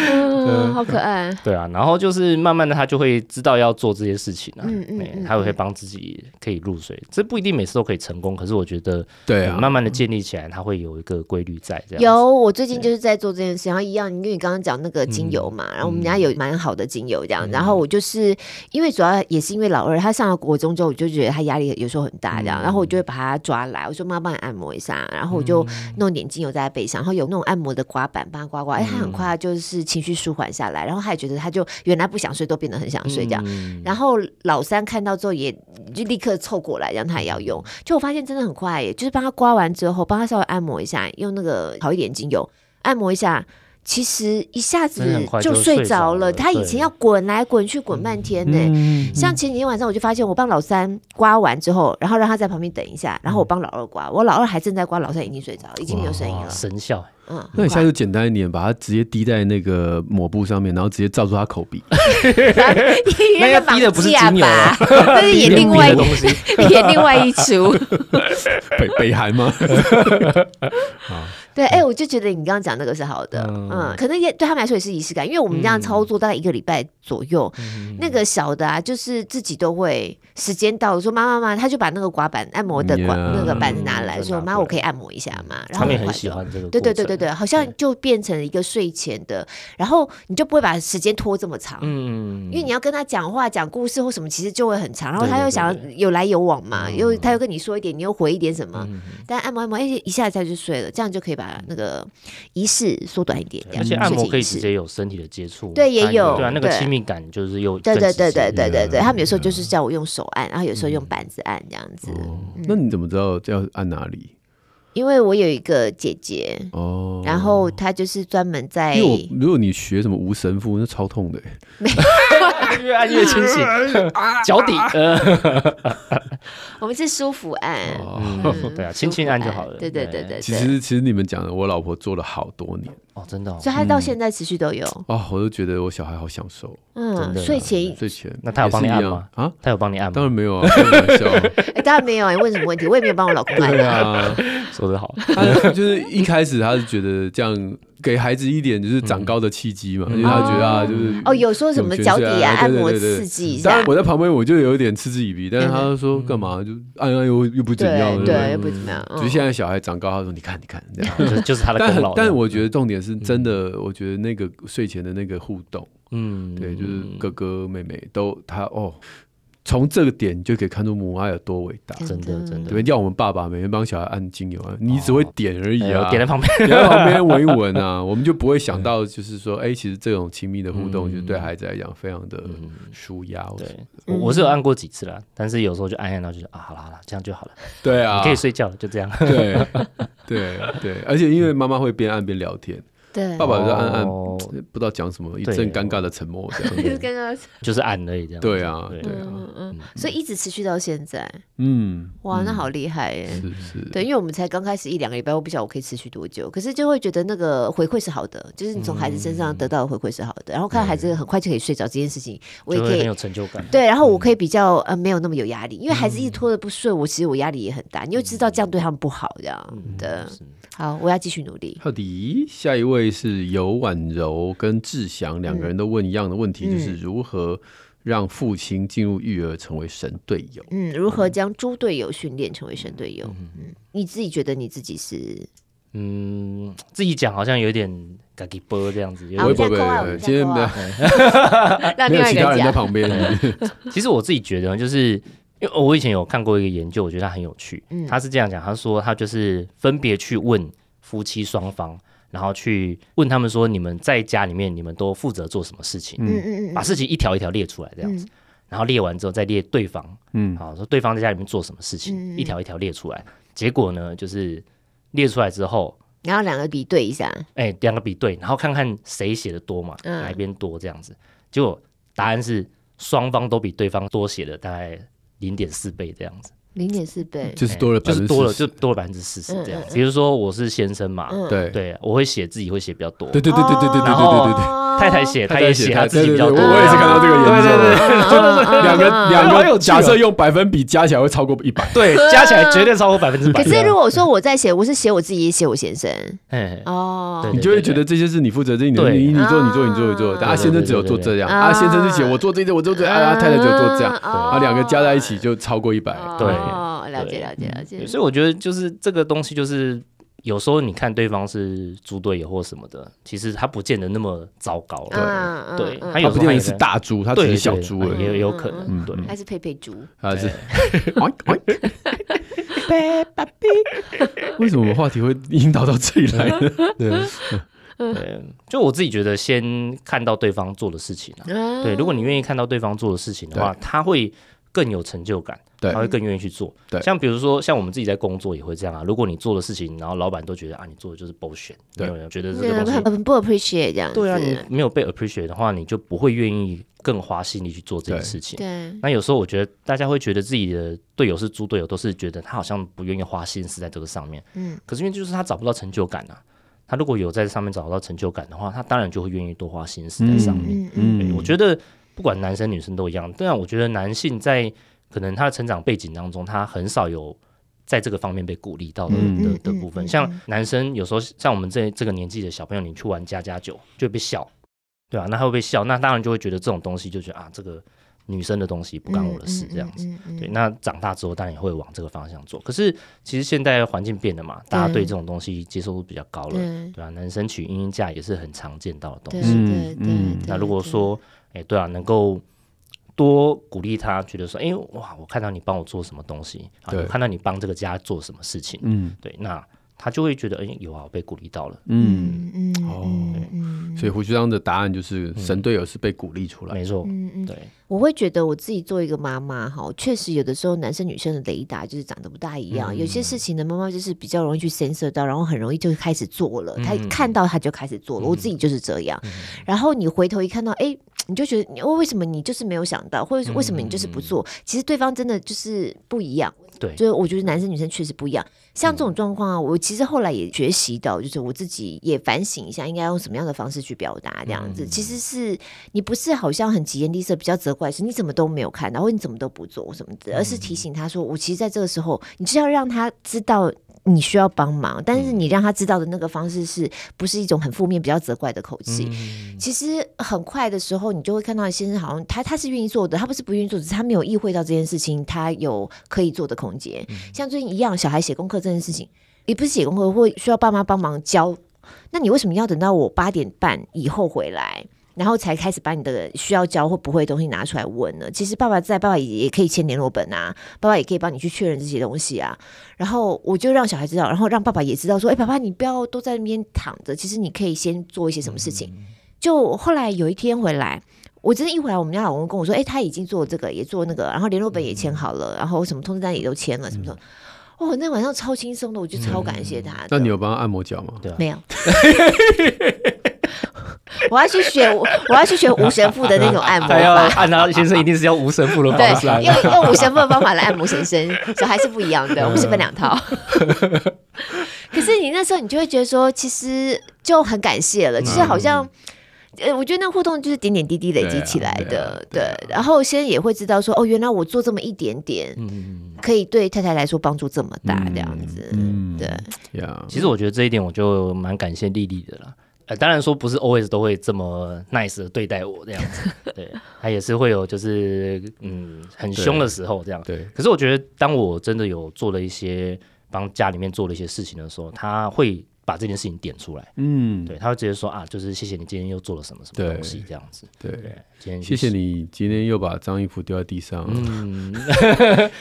嗯，好可爱。
对啊，然后就是慢慢的，他就会知道要做这些事情啊，
嗯嗯
对
嗯
他也会帮自己可以入水，这不一定每次都可以成功，可是我觉得
对
嗯慢慢的建立起来，它会有一个规律在这样子。
有，我最近就是在做这件事，然后一样，因为你刚刚讲那个精
嗯
油嘛，然后我们家有蛮好的精油这样，然后我就是因为主要也是因为老二他上了国中之后，我就觉得他压力有时候很大这
嗯
样，然后我就会把他抓来，我说妈帮你按摩一下，啊然后我就弄点精油在他背上，然后有那种按摩的刮板帮他刮刮，哎，他很快就是情绪舒缓下来，然后他也觉得他就原来不想睡都变得很想睡这样，
嗯
然后老三看到之后也就立刻凑过来，让他也要用。就我发现真的很快耶，就是帮他刮完之后，帮他稍微按摩一下，用那个好一点精油按摩一下，其实一下子
真的很快就
睡
睡
着
着
了。
了
他以前
对
要滚来滚去滚半天呢。
嗯，
像前几天晚上，我就发现我帮老三刮完之后，然后让他在旁边等一下，然后我帮老二刮，我老二还正在刮，老三已经睡着了，已经没有声音
哇
了。
神效，
嗯，很
那你下
快
次就简单一点，把它直接滴在那个抹布上面，然后直接罩住他口
*laughs*
鼻。
*laughs* 因为
那要逼的不是精油
*laughs*
啊
绑架吧，但是也另外
的
一
*laughs* 东西，
*laughs* 也另外一出。
北北韩吗？
嗯
对，哎、我就觉得你刚刚讲那个是好的，嗯
嗯
可能也对他们来说也是仪式感，因为我们这样操作大概一个礼拜左右，
嗯
那个小的啊，就是自己都会时间到了说妈妈妈，他就把那个刮板按摩的刮
Yeah
那个板子拿来
嗯
说
就拿过来
妈，我可以按摩一下嘛，然
他
后
们也
很
很
快
喜
就。
欢嗯这个。
对对对对，对，好像就变成一个睡前的，然后你就不会把时间拖这么长，
嗯，
因为你要跟他讲话、讲故事或什么，其实就会很长。然后
对
他
对
又
对
想要
对
有来有往嘛，
嗯
又他又跟你说一点，你又回一点什么，
嗯
但按摩按摩，哎、一下子他就睡了，这样就可以把那个仪式缩短一点。这样
而且按摩可
睡
以直
前仪式
接有身体的接触，
对也有
对啊，那个
对
亲密感就是又
对
更
对
直接
对对对对对，
嗯
他们有时候就是叫我用手按，然后有时候用板子按这样子。
哦
那你怎么知道要按哪里？
因为我有一个姐姐，
哦，
哎
然后她就是专门在
因为我如果你学什么无神父，那超痛的欸。
*laughs* 越按越清 *laughs* 醒，脚底呃，
我们是舒服按，
哦，
嗯
*laughs* 对啊，轻轻按就
舒服
好了。
对对对对
其
对，
实其实你们讲的，我老婆做了好多年
哦，真的哦，
所以她到现在持续都有。
哦，我都觉得我小孩好享受。
嗯
真，的
睡前
睡前
那他有帮你
也是一
按
样
吗嗯
啊？
他有帮你按
当
吗？
然没有啊，开玩
*laughs*
笑。
哎当然没有哎，问什么问题？我也没有帮我老公按
对。啊，
说的好，
他就是一开始他是觉得这样给孩子一点就是长高的契机嘛，因
嗯
为他觉得啊就是
哦，有说什么
涌泉
脚底
式
啊按
哎对对
摩
对对嗯
刺激一
当
下嗯
然，我在旁边我就有一点嗤之以鼻，但是他说干嘛就按按又又不怎样，
对
不
对，又不嗯怎么样。
只
嗯
是现在小孩长高，他说你看你看这样。
就就是他的
但
功
很 *laughs*
劳。
但我觉得重点是真的，我觉得那个睡前的那个互动，
嗯，
对，就是哥哥妹妹都他哦，从这个点就可以看出母爱有多伟
嗯
大。
真的真的
对，要我们爸爸每天帮小孩按精油啊，你只会点而已
哎
啊，
呦点在旁 *laughs* 边，
你在旁边闻一闻
*laughs*
啊，我们就不会想到，就是说，哎、其实这种亲密的互
嗯
动，就是对孩子来讲非常的舒压。我觉得
对，我
嗯
我是有按过几次啦，但是有时候就按一按，然后就是啊，好了好了，这样就好了，
对啊，
你可以睡觉了，就这样。
对 *laughs* 对对，而且因为妈妈会边按边聊天，
对，
爸爸就按按，
哦
不知道讲什么，一阵尴尬的沉默这样。
就是刚刚
就是按而已，这样子。
对啊，
*laughs* 对
对啊，
嗯嗯，所以一直持续到现在，
嗯，
哇，那好厉害耶！
是是，
对，因为我们才刚开始一两个礼拜，我不晓得我可以持续多久，可是就会觉得那个回馈是好的，就是你从孩子身上
嗯
得到的回馈是好的，然后看孩子很快就可以睡着这件事情，我也
就
可
会很
以
有成就感。
对，然后我可以
嗯
比较呃没有那么有压力，因为孩子一直拖着不睡，我其实我压力也很大，你又知
嗯
道这样对他们不好，这样的。好，我要继续努力。
好的，下一位是尤婉柔跟志祥两个
嗯
人都问一样的问题，就是如何让父亲进入育儿成为神队友。
嗯，如何将猪队友训练成为神队友？嗯，你自己觉得你自己是
嗯，自己讲好像有点嘎叽波这样子。
好
有
会
我
不
们
会
点
现在
不
扣啊
会
我
不
们
会，
现在
今天
扣
没有
啊
啊没有
让另外一
其他人
个
在
讲？
旁边，
啊
其实我自己觉得，就是因为我以前有看过一个研究，我觉得它很有趣
嗯。
他是这样讲，他说他就是分别去问夫妻双方，然后去问他们说，你们在家里面你们都负责做什么事情，
嗯嗯嗯
把事情一条一条列出来这样
嗯
子。然后列完之后再列对方，
嗯
嗯，好说对方在家里面做什么事
嗯
情，一条一条列出来。结果呢，就是列出来之后，
然后两个比对一下，
哎，两个比对，然后看看谁写的多嘛，
嗯
哪一边多这样子。结果答案是双方都比对方多写了大概零点四倍这样子。
零点四倍，
就是多了百
就
分
是
之
多了就多了百分之四十这样
嗯嗯。嗯
比如说我是先生嘛，
嗯，
对
对我会写自己会写比较多，
对对对对对对对对对对对。
哦
太太写她也写她
他
自己比较
我
多，
我也是看到这个研究，
对
嗯
对对
对
两个
嗯好
两
有
个
趣哦
假设用百分比加起来会超过一百，
对，加起来绝对超过百分之百。
可是如果说我在写，我是写我自己，也写我先生
哎，
哦，
对
你就会觉得这些是你负责，这是你的
对
你你做
啊
你做你做你做，但啊
对对
先生只有做这样，啊
对对
先生就写我做这些我做这些，啊太太就做这样，啊
啊
两个加在一起就超过一百，
对
哦，了解
对
了解了解
对，所以我觉得就是这个东西，就是有时候你看对方是猪队友或什么的，其实他不见得那么糟糕了。
嗯嗯
对
嗯
他
他
有
不
时
见
候
得
还有
是
人
大猪，他只
对，
是小
对
猪
嗯
而已，
也有可
嗯
能。对
嗯，
他是佩佩猪，
他
*laughs*
是。哎哎为什么我们话题会引导到这里来呢？
对，就我自己觉得，先看到对方做的事情啊。对，
对
如果你愿意看到对方做的事情的话，他会更有成就感，
对
他会更愿意去做。
对
像比如说，像我们自己在工作也会这样啊。如果你做的事情，然后老板都觉得啊，你做的就是剥削，没
对
有人觉得这个
很
东西
很很不 appreciate 这样子，
对啊，你没有被 appreciate 的话，你就不会愿意更花心力去做这件事情。
对
那有时候我觉得大家会觉得自己的队友是猪队友，都是觉得他好像不愿意花心思在这个上面。
嗯，
可是因为就是他找不到成就感啊。他如果有在上面找到成就感的话，他当然就会愿意多花心思在上面。
嗯嗯
嗯
对，我觉得不管男生女生都一样，但我觉得男性在可能他的成长背景当中，他很少有在这个方面被鼓励到的、
嗯
的
嗯
的
嗯
部分。
嗯
像男生有时候像我们这这个年纪的小朋友，你去玩家家酒就会被笑，对啊，那他会被笑，那当然就会觉得这种东西就觉得啊，这个女生的东西不干我的事这样子。，
嗯嗯嗯嗯嗯
对，那长大之后当然也会往这个方向做。可是其实现在环境变了嘛，大家对这种东西接受度比较高了，
对
对啊，男生娶姻姻嫁也是很常见到的东
对
西。
对对对
嗯，
那如果说，哎，对啊，能够多鼓励他，觉得说，哎，哇，我看到你帮我做什么东西，啊，
对
我看到你帮这个家做什么事情，
嗯
对，那他就会觉得，哎，有啊，我被鼓励到了，
嗯，
嗯嗯
哦
嗯嗯，
所以胡须章的答案就是神队友是被鼓励出来的，
嗯没错，
嗯嗯，
对，
我会觉得我自己做一个妈妈哈，确实有的时候男生女生的雷达就是长得不大一样，有些事情呢，妈妈就是比较容易去 sense 到，然后很容易就开始做了，她、
嗯
看到她就开始做了，我自己就是这样。然后你回头一看到，哎，你就觉得你为什么你就是没有想到，或者是为什么你就是不做？其实对方真的就是不一样，
对，
就是我觉得男生女生确实不一样。像这种状况啊，我其实后来也学习到，就是我自己也反省一下，应该用什么样的方式去表达这样子。其实是你不是好像很疾言厉色，比较责怪是你怎么都没有看到，或你怎么都不做什么的，而是提醒他说，我其实在这个时候，你就要让他知道。你需要帮忙，但是你让他知道的那个方式是不是一种很负面、比较责怪的口气？其实很快的时候，你就会看到先生好像他他是愿意做的，他不是不愿意做，只是他没有意会到这件事情，他有可以做的空间。像最近一样，小孩写功课这件事情，也不是写功课，会需要爸妈帮忙教。那你为什么要等到我八点半以后回来？然后才开始把你的需要教或不会的东西拿出来问呢。其实爸爸在，爸爸也也可以签联络本啊，爸爸也可以帮你去确认这些东西啊。然后我就让小孩知道，然后让爸爸也知道说，哎，爸爸你不要都在那边躺着，其实你可以先做一些什么事情。就后来有一天回来，我真的一回来，我们家老公跟我说，哎、他已经做这个，也做那个，然后联络本也签好了，然后什么通知单也都签了，什么什么。哦，那晚上超轻松的，我就超感谢他的。
那你有帮他按摩脚吗？
没有？ *laughs* 我要去学，我我要去学无神父的那种按摩
他要
法。
按照先生一定是要无神
*laughs*
父的方式来
对，，用用无神父的方法来按摩先生，小孩是不一样的，我们是分两套。
嗯
*laughs* 可是你那时候你就会觉得说，其实就很感谢
嗯
了，就是好像。呃，我觉得那互动就是点点滴滴累积起来
嗯
的，
对啊对啊
然后现在也会知道说，哦，原来我做这么一点点，
嗯，
可以对太太来说帮助这么大，这样子，
嗯
对，
呀，
其实我觉得这一点我就蛮感谢丽丽的啦。呃，当然说不是 always 都会这么 nice 的对待我这样子， *laughs* 对，她也是会有就是嗯很凶的时候这样。
对，
可是我觉得，当我真的有做了一些帮家里面做了一些事情的时候，他会把这件事情点出来，
嗯，
对，他会直接说啊，就是谢谢你今天又做了什么什么
对
东西这样子，
对
对，，今天
谢谢，你今天又把脏衣服丢在地上， *laughs*
嗯，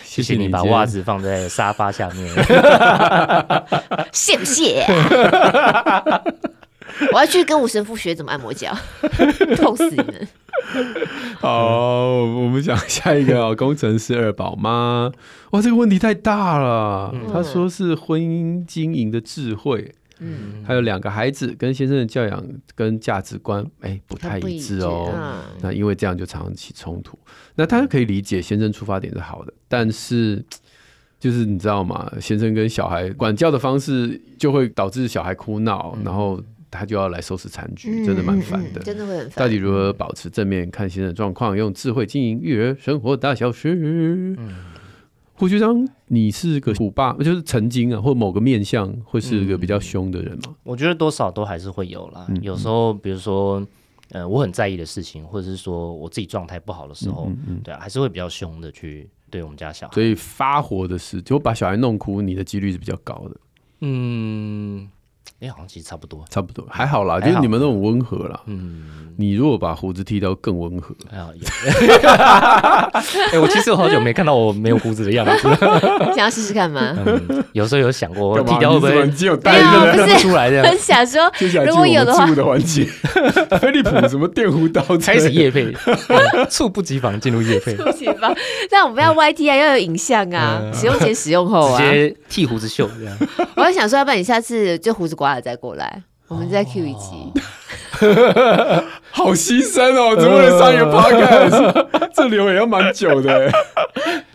谢
谢谢你把
今天
袜子放在沙发下面，
谢不谢？我要去跟吴神父学怎么按摩脚， *laughs* 痛死你们！
好，我们讲下一个、哦、工程师二宝妈。哇，这个问题太大了。
嗯
他说是婚姻经营的智慧，
嗯，
还有两个孩子跟先生的教养跟价值观，哎，不太
很不
一
一
致哦。
嗯
那因为这样就常常起冲突。那他可以理解先生出发点是好的，但是就是你知道吗？先生跟小孩管教的方式就会导致小孩哭闹，然后他就要来收拾残局，真的蛮烦的。
嗯嗯嗯嗯真的会很烦。
到底如何保持正面看先生的状况，用智慧经营育儿生活大小事？
嗯
胡局长，你是个虎爸，就是曾经啊，或某个面相会是一个比
嗯
较凶的人嘛？
我觉得多少都还是会有啦。
嗯
有时候，比如说，呃，我很在意的事情，或者是说我自己状态不好的时候，对啊，还是会比较凶的去对我们家小孩。
所以发火的事，就把小孩弄哭，你的几率是比较高的，
嗯，哎、好像其实差不多。
差不多还好啦，就
还好
是你们那种温和啦。
嗯，
你如果把胡子剃掉更温和，
还啊 *laughs* 好有。哎、我其实我好久没看到我没有胡子的样子。
想要试试看吗？
*laughs* 嗯，有时候有想过
干嘛
剃掉会不啊
你是很
会
有
没
带
有啊
着
不是
认不出来这样？
很想说，
接下来
如
进
果
入我
有的话
们醋的环节，飞利浦什么电弧刀之类
*laughs* 开
的
始夜配，嗯猝不及防进入夜配，
不行吧？ *laughs* 但我们要 YT 啊，要有影像啊，使用前使用后
直
啊。
接剃胡子秀这样。
我在想说，要不然你下次就胡子刮了再过来，我们再 Q 一集。
好牺牲哦，只为了上一个
呃
podcast，这 *laughs* 留也要蛮久的。
*laughs*
欸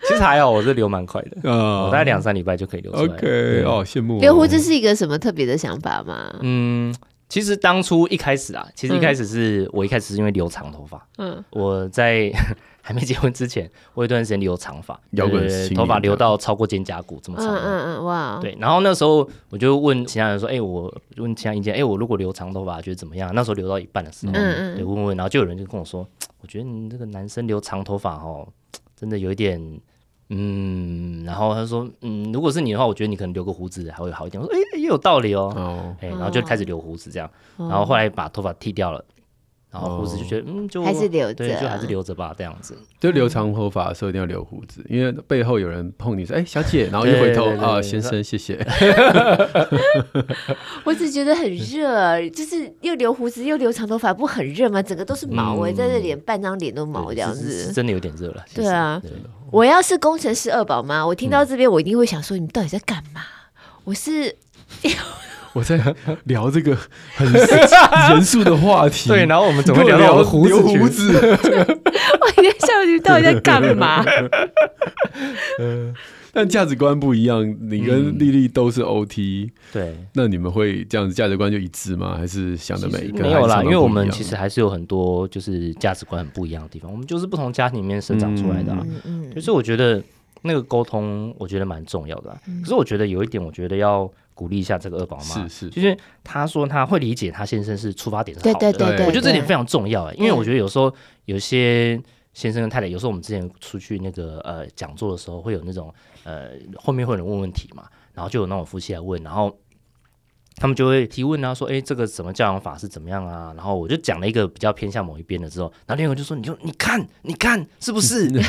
其实还好，我是留蛮快的， *laughs*
啊
我大概两三礼拜就可以留出来了。
OK，哦，羡慕哦
留胡子是一个什么特别的想法吗？
嗯，其实当初一开始啊，其实一开始是、我一开始是因为留长头发，
嗯，
我在 *laughs* 还没结婚之前，我有一段时间留长发，
*laughs* 摇滚
呃
青年
头发留
这样
到超过肩胛骨这么
嗯
长的。
嗯嗯，哇，，
对，然后那时候我就问其他人说：“哎、我问其他意见，哎、我如果留长头发觉得怎么样？”那时候留到一半的时候，
嗯嗯
对，问问，然后就有人就跟我说：“我觉得你这个男生留长头发哦，真的有一点，嗯。”然后他说：“嗯，如果是你的话，我觉得你可能留个胡子还会好一点。”我说：“哎、也有道理哦。
哦，
哎、然后就开始留胡子这样，
哦
然后后来把头发剃掉了，然后胡子就觉得嗯，就
还是留着啊
对，就还是留着吧这样子。
就留长头发的时候一定要留胡子，因为背后有人碰你说：“哎，小姐。”然后一回头
对对对对
啊，
对
先生，谢谢。
我只觉得
嗯
很热，就是又留胡子又留长头发，不很热吗？整个都是毛哎，
嗯
在这脸半张脸都毛
对
哦这样
是是是
子。
真的有点热了。其
对
实
啊
对
我要是工程师二宝妈，我听到这边我一定会想说，你们到底在干嘛？
嗯
我是 *laughs*
我在聊这个很
*laughs*
严肃的话题，
对，然后我们
你
总
给
会
我
聊到我
聊
的胡子
留
去
胡
*laughs*
子。
我一定想你们到底在干嘛？
但价值观不一样，你
嗯
跟丽丽都是 OT，
对。
那你们会这样子价值观就一致吗？还是想的每
其
一
实
个
没有
还是想
啦，
得
因为
不
我
一
们
样
其实还是有很多就是价值观很不一样的地方，我们就是不同家庭里面生长出来的、啊，
嗯嗯
就是我觉得那个沟通，我觉得蛮重要的啊、
嗯
可是我觉得有一点，我觉得要鼓励一下这个二宝妈，
是是
就是她说她会理解她先生是出发点是好
对
的，
对
对对
我觉得这点
对
非常重要、欸，因为
对
我觉得有时候有些。先生跟太太，有时候我们之前出去那个呃讲座的时候，会有那种呃后面会有人问问题嘛，然后就有那种夫妻来问，然后他们就会提问啊，说，哎，这个怎么教养法是怎么样啊？然后我就讲了一个比较偏向某一边的之后，然后另外一个就说，你就你看，你看是不是？对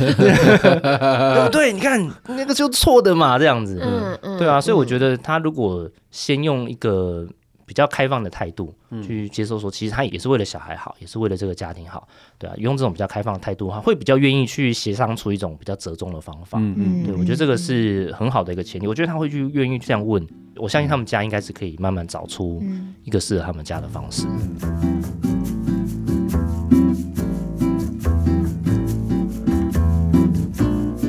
不对？你看那个就错的嘛，这样子。
嗯嗯
对啊，所以我觉得他如果先用一个比较开放的态度
嗯
去接受说，其实他也是为了小孩好，也是为了这个家庭好，对啊，用这种比较开放的态度的话，会比较愿意去协商出一种比较折中的方法。
嗯嗯，
嗯
对，我觉得这个是很好的一个前提。我觉得他会去愿意这样问，我相信他们家应该是可以慢慢找出一个适合他们家的方式。
嗯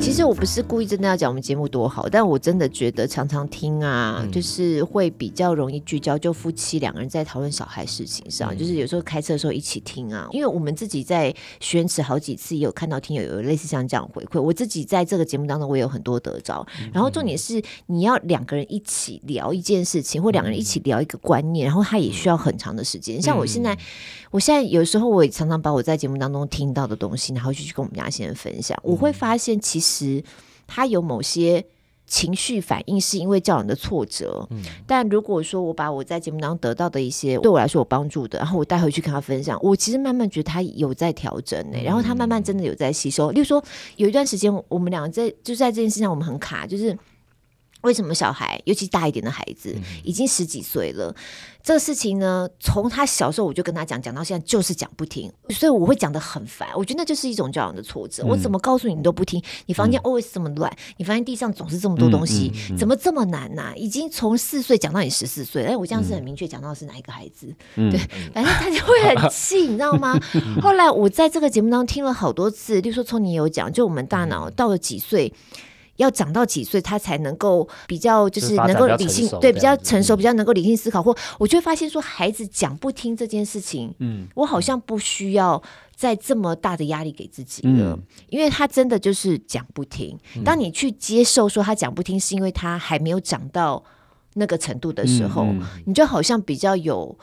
其实我不是故意真的要讲我们节目多好，但我真的觉得常常听啊，就是会比较容易聚焦，就夫妻两个人在讨论小孩事情上，就是有时候开车的时候一起听啊，因为我们自己在宣池好几次也有看到听友有类似像这样回馈，我自己在这个节目当中我也有很多得着，然后重点是你要两个人一起聊一件事情，或两个人一起聊一个观念，然后他也需要很长的时间，像我现在。我现在有时候我也常常把我在节目当中听到的东西，然后就去跟我们家先生分享，我会发现其实他有某些。情绪反应是因为教养的挫折，但如果说我把我在节目当中得到的一些对我来说有帮助的，然后我带回去跟他分享，我其实慢慢觉得他有在调整呢、然后他慢慢真的有在吸收。例如说，有一段时间我们两个在就在这件事上我们很卡，就是为什么小孩，尤其大一点的孩子，已经十几岁了，这个事情呢，从他小时候我就跟他讲，讲到现在就是讲不听，所以我会讲的很烦。我觉得那就是一种教养的挫折。我怎么告诉你你都不听？你房间 always 这么乱，你房间地上总是这么多东西，怎么这么难呐、已经从四岁讲到你十四岁，哎，我这样是很明确讲到是哪一个孩子，对，
嗯
反正他就会很气，你知道
*laughs*
吗？后
嗯
来我在这个节目当中听了好多次，例如说从你有讲，就我们大脑到了几岁。要长到几岁他才能够比较就
就是发展
能够
比较
理
成
性
熟
对
这
比较
样子
成熟
嗯
比较能够理性思考，或我就会发现说孩子讲不听这件事情，
嗯
我好像不需要再这么大的压力给自己了，
嗯
因为他真的就是讲不听。
嗯
当你去接受说他讲不听，是因为他还没有长到那个程度的时候，
嗯
你就好像比较有，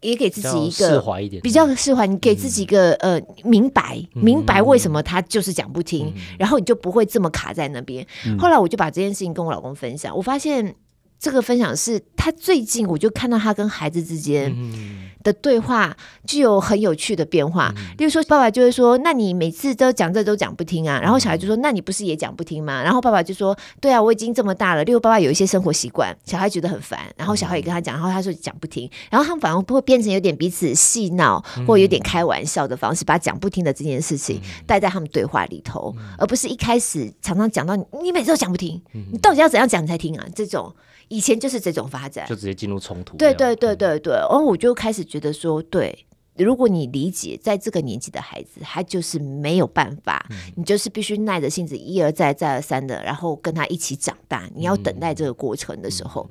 也给自
比
己
较
一
释
个。
怀一点，嗯
比较释怀，你给自己一个、呃明白，明白为什么他就是讲不
嗯
听，然后你就不会这么卡在那边。后来我就把这件事情跟我老公分享，我发现这个分享是他最近我就看到他跟孩子之间，
嗯，
的对话具有很有趣的变化。例如说，爸爸就会说：“那你每次都讲这都讲不听啊。”然后小孩就说：“那你不是也讲不听吗？”然后爸爸就说：“对啊，我已经这么大了。”例如，爸爸有一些生活习惯，小孩觉得很烦，然后小孩也跟他讲，然后他说讲不听，然后他们反而会变成有点彼此戏闹或有点开玩笑的方式，把讲不听的这件事情带在他们对话里头，而不是一开始常常讲到你你每次都讲不听，你到底要怎样讲你才听啊？这种以前就是这种发展，
就直接进入冲突这
对
样，
对对
嗯，
对对，然后我就开始觉得说，对，如果你理解在这个年纪的孩子，他就是没有办法，
嗯
你就是必须耐着性子一而再再而三的，然后跟他一起长大。你要等待这
嗯
个过程的时候，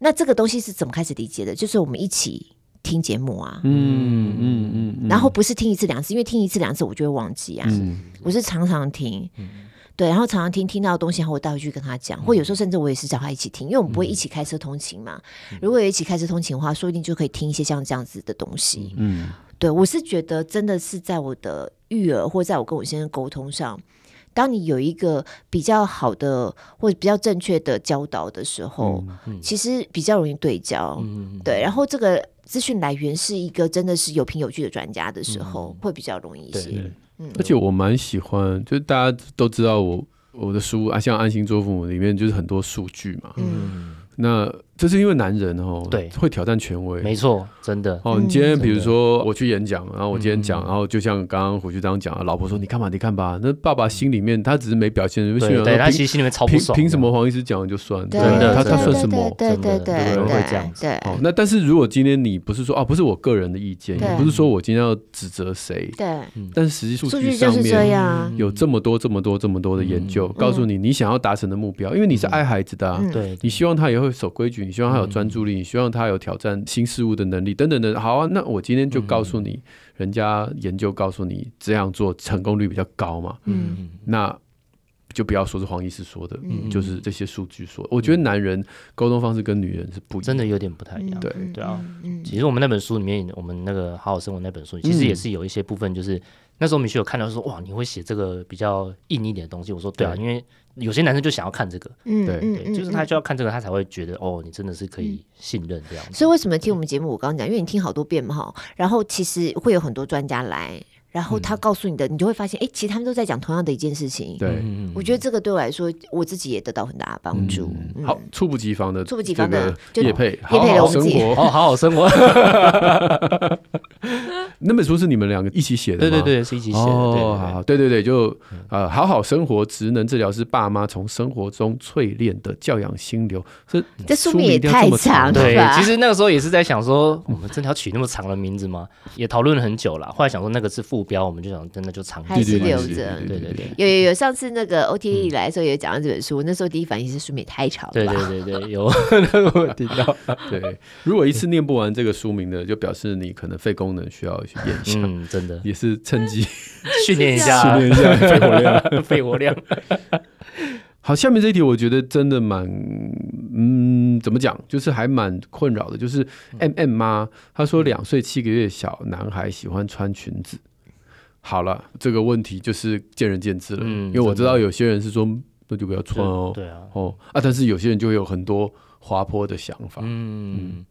那这个东西是怎么开始理解的？就是我们一起听节目啊。
嗯嗯嗯嗯，
然后不是听一次两次，因为听一次两次我就会忘记啊。
嗯
我是常常听，对，然后常常听听到的东西，然后我带回去跟他
嗯
讲，或有时候甚至我也是叫他一起听，因为我们不会一起开车通勤嘛。如果有一起开车通勤的话，说不定就可以听一些像这样子的东西。
嗯
对我是觉得真的是在我的育儿或在我跟我先生沟通上，当你有一个比较好的或者比较正确的教导的时候，其实比较容易对焦。
嗯，嗯
对，然后这个资讯来源是一个真的是有凭有据的专家的时候，会比较容易一
对
些。
而且我蛮喜欢，就是大家都知道我我的书啊，像《安心做父母》里面就是很多数据嘛。
嗯
那这是因为男人哦，
对
会挑战权威。
没错，真的，
哦，你今天
嗯
比如
真的
说我去演讲，然后我今天讲，
嗯
然后就像刚刚虎局长讲，老婆说你看吧，你看吧，那爸爸心里面他只是没表现，因为心里
对
想
对，
说
他
凭
其实心里面超不
凭
爽的，
凭什么黄医师讲了就算，
对
真的
他
真
他
的
算什么？
对对
真的
对对
有人
对
会这样子
对
哦，那但是如果今天你不是说啊，不是我个人的意见，
对
也不是说我今天要指责谁，
对，
但是实际数
数
据
据就
上
是这
面
样啊。
有这么多、这么多、这么多的研究，告诉你你想要达成的目标，因为你是爱孩子的、啊，
嗯
对，
你希望他也会守规矩，你希望他有专
嗯
注力，你希望他有挑战新事物的能力，等等等。好啊，那我今天就告诉你，人家研究告诉你这样做成功率比较高嘛，
嗯，
那就不要说是黄医师说的，
嗯
就是这些数据说。我觉得
嗯
男人沟通方式跟女人是不一样，
真的有点不太一样，
嗯
对
嗯
对啊
嗯，嗯
其实我们那本书里面，我们那个《好好生活》那本书，其实也是有一些部分，就是、那时候米雪有看到说，哇，你会写这个比较硬一点的东西。我说对啊，
对
因为有些男生就想要看这个，
嗯
对
嗯
对，
嗯
就是
嗯
他就要看这个，他才会觉得哦，你真的是可以信任这样子。
所以为什么听我们节目？我刚刚讲，因为你听好多遍嘛哈，然后其实会有很多专家来，然后
嗯
他告诉你的，你就会发现，哎，其实他们都在讲同样的一件事情。
对。
嗯
我觉得这个对我来说，我自己也得到很大的帮助。嗯
好，，猝不及防的，
猝不及防的就
叶配，
业
好
配了
好
我们
生
自己
活。
哦，好好生活，
那本书是你们两个一起写的
对
吗？
对对，是一起写的，
哦，
对对嗯
好，对对对，就呃，好好生活，职能治疗师爸妈从生活中淬炼的教养心流，这
这
书
书名
名
也
一定要
太
这么
长
长
了
的。
对
吧，
其实那个时候也是在想说，我们真的要取那么长的名字吗？也讨论了很久了。后来想说那个是副标，我们就想真的就长
还
对
是
对对
留
对
着。
对对对
有有
*laughs*
有，上次那
嗯
个 OT 来的时候也讲到这本书，我那时候第一反应是书名也太长
对
了吧？
对对对，有那个我听到，
对，如果一次念不完这个书名的，就表示你可能肺功能需要去演一下，
嗯，真的
也是趁机
训练一
训
嗯
下
练一下肺活量。
*laughs* 肺活量。
好，下面这一题我觉得真的蛮，嗯，怎么讲，就是还蛮困扰的，就是
嗯
M M 妈她说两岁七个月小男孩喜欢穿裙子。好了，这个问题就是见仁见智了，
嗯
因为我知
真的
道有些人是说那就不要穿哦，
对啊，
哦啊，但是有些人就会有很多滑坡的想法，
嗯，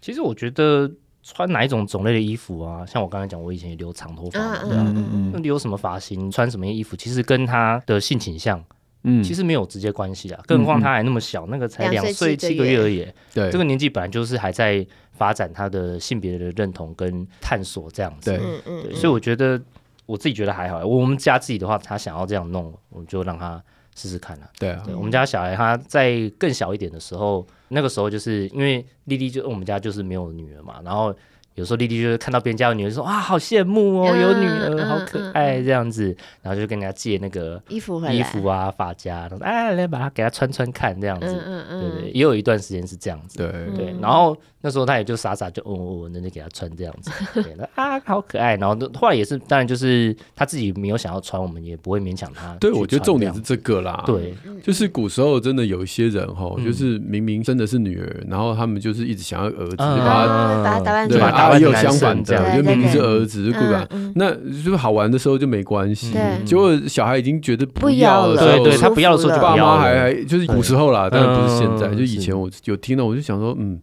其实我觉得穿哪一种种类的衣服啊，像我刚才讲，我以前也留长头发
嗯
嘛，
嗯
对啊。
嗯嗯嗯，
那留什么发型，穿什么衣服，其实跟他的性倾向
嗯，
其实没有直接关系啊。更何况他还那么小，那个才
两
两
岁
岁
七
七
个
个
月
月而已，
对
这个年纪本来就是还在发展他的性别的认同跟探索这样子。
对
嗯嗯
对，所以我觉得我自己觉得还好。我们家自己的话，他想要这样弄，我们就让他试试看啊。
对啊，
对我们家小孩他在更小一点的时候，那个时候就是因为丽丽就我们家就是没有女儿嘛，然后有时候丽丽就是看到别人家有女儿，就说哇好羡慕哦，有女
嗯嗯
儿好
嗯
可
嗯
爱这样子，然后就跟人家借那个
衣服回来，
衣服啊、发夹，然后说哎来把它给她穿穿看这样
嗯
子，
嗯
对
嗯，
对，也有一段时间是这样子。
对，
对
嗯，
然后那时候他也就傻傻就嗯嗯嗯，那就给他穿
*laughs*
这样子，对那啊，好可爱。然后那后来也是，当然就是他自己没有想要穿，我们也不会勉强他去穿样。
对，我觉得重点是这个啦。，
对，
就是古时候真的有一些人哈，
嗯
就是明明真的是女儿，然后他们就是一直想要儿子，就
嗯
把他
啊把它打扮
对
就把他打扮
啊，
成
也有
男
相
生
反
这
的
样，
就
对
明明
对
是
对
儿子，对吧？
嗯
那就是好玩的时候就没关系
对，
结果小孩已经觉得
不
要的
要了，
时候
对对他不要的时候就
爸
不
妈
要了
还还就是古时候啦，
对
当然不是现在，
嗯
就以前我有听到，我就想说，嗯，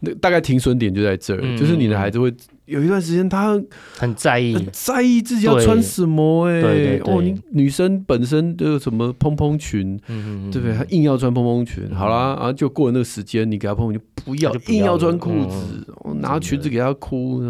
那大概停损点就在这儿，
嗯
就是你的孩子会有一段时间他
很在意
很。在意自己要穿什么，哎
对对，对
哦，你女生本身都有什么蓬蓬裙，
嗯嗯嗯
对不对？她硬要穿蓬蓬裙，好啦，啊，就过了那个时间，你给她蓬蓬裙不要
她就，不要
硬要穿
了嗯
裤子，哦拿裙子给她哭。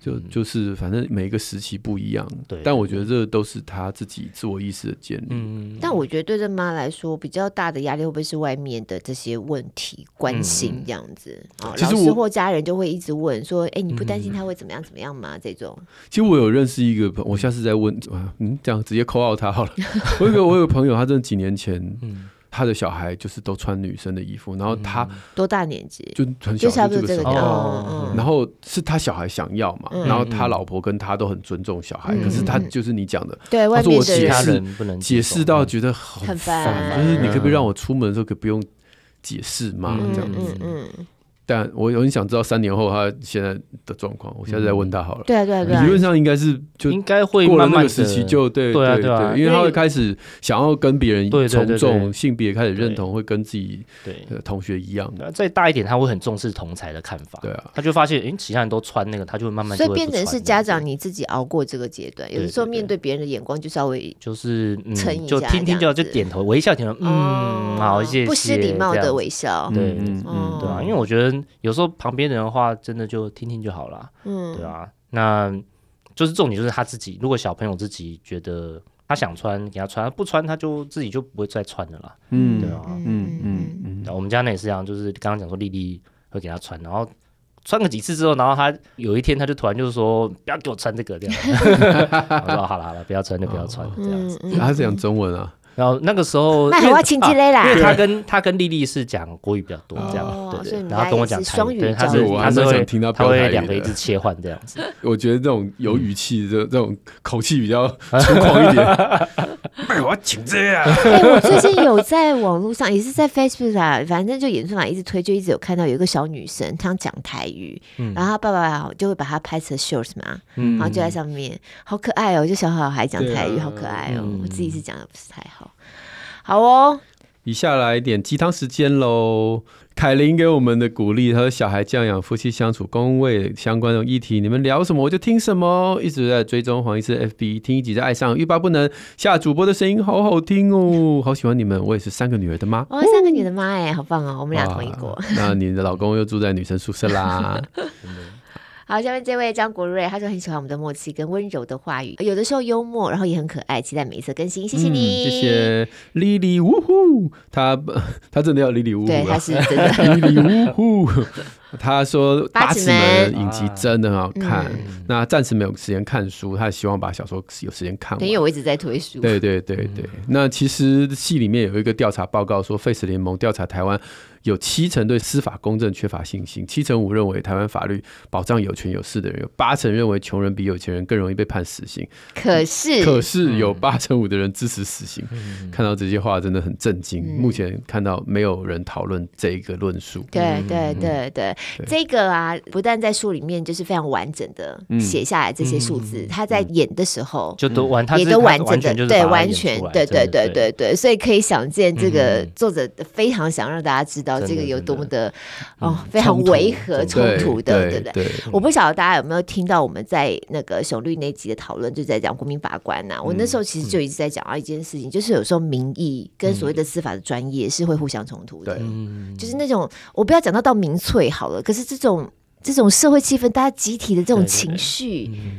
就就是，反正每一个时期不一样，
嗯对
但我觉得这都是他自己自我意识的建立。
嗯，
但我觉得对这妈来说，比较大的压力会不会是外面的这些问题
嗯
关心这样子啊？
其实
老
我
师或家人就会一直问说：“哎，你不担
嗯
心他会怎么样怎么样吗？”这种
其实我有认识一个朋，我下次再问，啊嗯，这样直接扣到他好了。 *laughs* 我有一个我有个朋友，他真的几年前，
嗯
他的小孩就是都穿女生的衣服，然后他
多大年纪？
就很
就差
小，
不
就
多
这个时
个
候
年纪。
哦
嗯嗯
然后是他小孩想要嘛，
嗯
然后他老婆跟他都很尊重小孩，
嗯
可是他
嗯嗯
就是你讲的，
对外
他说
面
我
的
解
其他
释
人，
人不能接
解
受
释到觉得很
很
烦，
烦
就是你可不可以
嗯
让我出门的时候可不用解释嘛
嗯
这
嗯
样子。
嗯嗯，
但我很想知道三年后他现在的状况，我下次再
嗯
问他好了。
对啊对啊对啊
理，论上应该是就
应该会
过了
慢
那
慢
个
的
时期就对
对啊
对
对啊
因为他
因
会
为
开始想要跟别人
对对对
从
对
众，性别开始认
对
同，会跟自己
对。
呃同学一样。
那再大一点，他会很重视同才的看法。
对啊，
他就发现，诶，其他人都穿那个，他就会慢慢
所
就
以
会
变
不
成
穿
是
那
家
个
长你自己熬过这个阶段，有的
对
时候
对
面
对
对别人的眼光就稍微
就是嗯
撑一，
就
下
听
这
听就
样
好就
子哦
点头，微笑点头，嗯，好，谢谢，
不失礼貌
这样
的
子
微笑。
对
嗯嗯嗯，
哦
对啊，因为我觉得有时候旁边的人的话，真的就听听就好啦。
嗯，
对啊，那就是重点就是他自己，如果小朋友自己觉得他想穿，给他穿，不穿他就自己就不会再穿了啦。
嗯
对啊，
嗯嗯嗯，
对啊我们家那也是一样，就是刚刚讲说丽丽会给他穿，然后。穿个几次之后，然后他有一天他就突然就说：“不要给我穿
*laughs*
这个。”这样，我说：“好了好了，不要穿就不要穿。”这样子。
嗯
他是讲中文啊，
然后那个时候，
那
因为
我要请进来啦
因为他跟他跟丽丽是讲国语比较多，这
哦
样
所以
对
你们
对，然后
家
跟
也
我
是
讲台语
双语
对，他
教
是
育
我还
他是
蛮
会
想听他
他
飙台
会
语
两个一
的
直切换这样子，
我觉得这种有语气这这种口气比较粗犷一
*laughs*
点。哎，我要请这样，
哎、我最近有在网络上，也是在 Facebook 啊，反正就演算法一直推，就一直有看到有一个小女生，她讲台语，
嗯
然后她爸爸就会把她拍成 shorts 嘛，然嗯后就在上面，好可爱哦，就小小孩讲台语，
对啊
好可爱哦，
嗯
我自己是讲的不是太好。好哦，
以下来一点鸡汤时间喽。凯琳给我们的鼓励，她说：“小孩教养、夫妻相处、工位相关的议题，你们聊什么我就听什么。”一直在追踪黄医师 FB，听一集就爱上，欲罢不能。下主播的声音好好听哦，好喜欢你们，我也是三个女儿的妈。
哦，三个女的妈哎，好棒 *laughs* 哦，我们俩同一国
哇。那你的老公又住在女生宿舍啦。
好，下面这位张国瑞，他说很喜欢我们的默契跟温柔的话语，有的时候幽默，然后也很可爱，期待每一次更 *laughs* 新，谢谢你，
嗯谢。谢 Lily 呜呼， *laughs* 她她真的要 Lily 呜
对，
呼
他
啊。
是
*laughs*
真的。
哔哩呜呼，他说《八
八
尺
尺
门
门》
影集真的很好看，
嗯
那暂时没有时间看书，他也希望把小说有时间看
对，因为
完。
我一直在推书。
对对对对，那其实戏里面有一个调查报告说，Face 联盟调查台湾有七成对司法公正缺乏信心，七成五认为台湾法律保障有权有势的人，有八成认为穷人比有钱人更容易被判死刑，
可是，
可是有八成五的人支持死刑。看到这些话真的很震惊，目前看到没有人讨论这一个论
嗯
述。
对对对对，这个啊，不但在书里面就是非常完整的写下来这些数
嗯
字，他在演的时候。
就
嗯
都完，他
也
是
都
他
完
完
整
全就
的，
是
对，
把它
完
演
全
出来，
对对
真的
对对对，所以可以想见，这个作者非常想让大家知道
嗯真
这
的
个有
真
多么的
嗯
哦，非常
冲突
违和冲
对
突的，
对
对不对？
嗯
我不晓得大家有没有听到我们在那个雄律那集的讨论，就在讲国民法官呐、我那时候
嗯
其实就一直在讲到一件事情，就是有时候民意跟所谓的司法的专业是会互相冲突的。
对
嗯
就是那种我不要讲到到民粹好了，可是这种这种社会气氛，大家集体的这种
对对
情绪，
嗯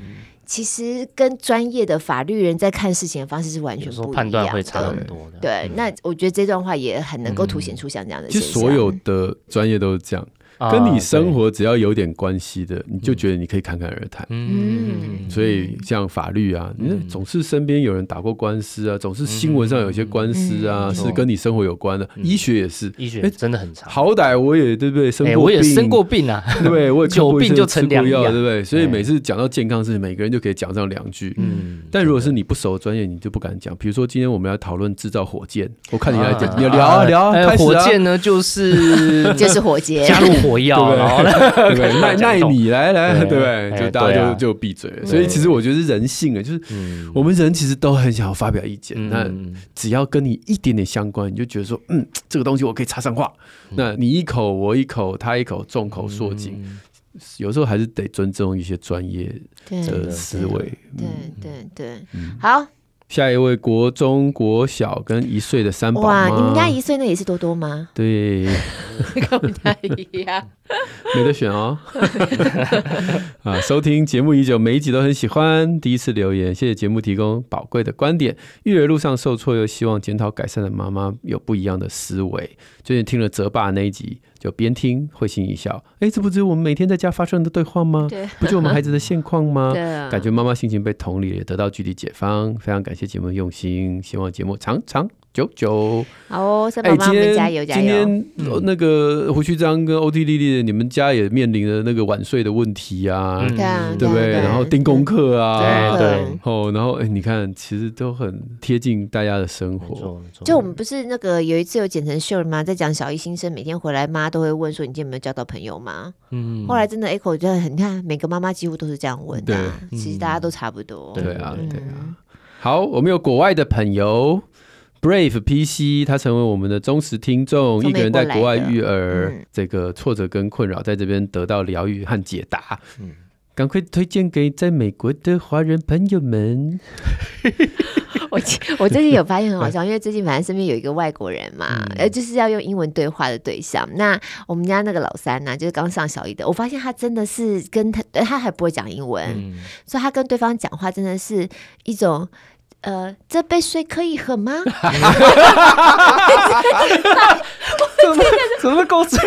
其实跟专业的法律人在看事情的方式是完全
有时
不一
候
样的。
判断会差很嗯多的。
对，那我觉得这段话也很能够凸显出像这样的
嗯
其
现
实
象。
所有的专业都是这样，
啊
跟你
对
生活只要有点关系的，你就觉得你可以侃侃而谈。
嗯
所以像法律啊，
嗯
你那总是身边有人打过官司啊，总是新闻上有些官司啊，
嗯
是跟你生活有关
嗯
的。医学也是，
医学
哎
真的很长。
好歹我也对不对？生
哎、
过病，
我也生过病啊，
对，我也看过
久病
医生
就成
吃过
良医
药
啊
对不对？所以
哎
每次讲到健康事情，每个人就可以讲上两句。
嗯，
但如果是你不熟的专业，你就不敢讲。比如说今天我们要讨论制造火箭，我看你来讲，
*laughs*
你聊啊聊啊，
哎
开始
火
啊，
箭呢就是
*laughs* 就是火节，
*laughs* 加入火药，
对
然
*laughs*
后呢，
对不对？耐
讲
耐
一通
你来来，
对
对不对？
哎
就大
对
家
啊
就就闭嘴了。所以其实我觉得是人性啊，就是
嗯
我们人其实都很想要发表意见，
嗯
那只要跟你一点点相关，你就觉得说，嗯，这个东西我可以插上话。那你一口我一口，他一口，众口铄金，
嗯啊
有时候还是得尊重一些专业
对
真
的
的
思维。
对对对，
嗯
好
下一位，国中、国小跟一岁的三宝
哇，
啊
妈，
你们家一岁那也是多多吗？
对，
跟我们家一样，
没得选 *laughs* 哦。啊，收听节目已久，每一集都很喜欢。第一次留言，谢谢节目提供宝贵的观点。育儿路上受挫又希望检讨改善的妈妈有不一样的思维。最近听了泽爸那一集，就边听会心一 *laughs* 笑。哎，这不是我们每天在家发生的对话吗？
对
不就我们孩子的现况
*laughs*
吗？
对
*laughs*
啊，
感觉妈妈心情被同理，也得到具体解放。非常感谢节目的用心，希望节目长长久久。
好哦，三
哎、
宝妈，
今
我们
天
加油加
今
油！
天、
嗯
呃那个胡须章跟欧弟丽丽，你们家也面临了那个晚睡的问题啊，
嗯
对啊，
对不对？然后订功课啊，
对
对
对
哦，然后哎、你看，其实都很贴近大家的生
没
活。
错没错，
就我们不是那个有一次有剪成秀吗？在讲小一新生每天回来，妈都会问说你今天有没有交到朋友吗？
嗯
后来真的 echo 真的很，你看每个妈妈几乎都是这样问的、啊，
对嗯
其实大家都差不多。
对啊，
嗯
对啊。好，我们有国外的朋友。Brave PC，他成为我们的忠实听众，
从
一个人在国外
美国来的
育儿，
嗯
这个挫折跟困扰在这边得到疗愈和解答。
嗯
赶快推荐给在美国的华人朋友们。
我我最近有发
*laughs*
现很好笑，因为最近反正身边有一个外国人嘛，
嗯
呃、就是要用英文对话的对象。那我们家那个老三呢、就是刚上小一的，我发现他真的是跟他，呃他还不会讲英文，
嗯
所以他跟对方讲话真的是一种。呃，这杯水可以喝吗？
怎么怎么够嘴？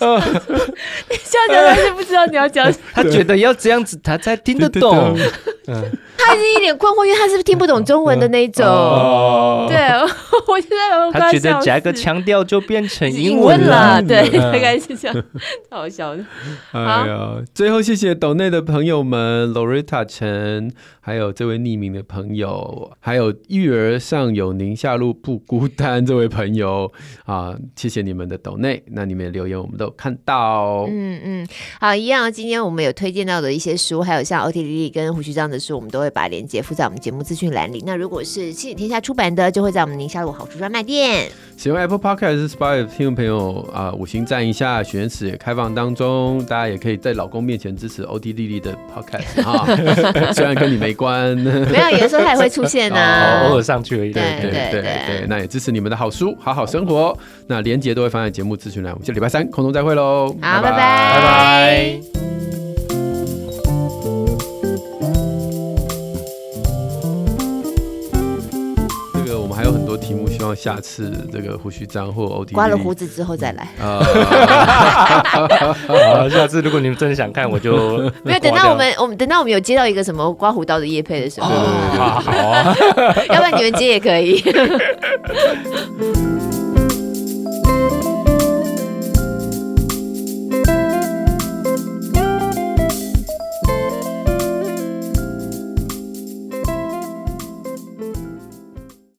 哦
你笑起来是不知道你要讲什么，
*laughs* 他觉得要这样子他才听得
对对
懂，
*laughs* 他是一脸困惑，因为他是不是听不懂中文的那一种。
哦，
对， *laughs* 我现在我快
他觉
要笑
得
死
加个腔调就变成
是
英
英文
了
了，，对，
嗯
大概是这样，太好笑了。
哎呀，最后谢谢岛内的朋友们，Loretta 陈，还有这位匿名的朋友，还有育儿上有宁夏路不孤单这位朋友啊，谢谢你们的岛内，那你们的留言我们都有看到。
嗯嗯，好，一样。今天我们有推荐到的一些书，还有像欧 T 丽丽跟胡须章的书，我们都会把链接附在我们节目资讯栏里。那如果是亲子天下出版的，就会在我们宁夏路好书专卖店。
喜欢 Apple Podcast 还是 Spotify 的听众朋友啊、五星赞一下，许愿池也开放当中，大家也可以在老公面前支持 OT 丽丽的 Podcast
*laughs*
啊，虽然跟你没关。
没有，有时候它也会出现呢、啊
*laughs* 哦偶
好
尔上去而已。
嗯对
对对对，那也支持你们的好书《好好生活》，哦那连结都会放在节目资讯栏。我们下礼拜三空中再会喽，
好，拜
拜拜。
这个我们还有很多题目，希望下次这个胡须章或欧弟
刮了胡子之后再来，
啊， *laughs*
好，下次如果你们真的想看，我就
没有等到我们我们等到我们有接到一个什么刮胡刀的叶配的时候，
对对对对对
*laughs*
挂掉啊好啊。
要不然你们接也可以。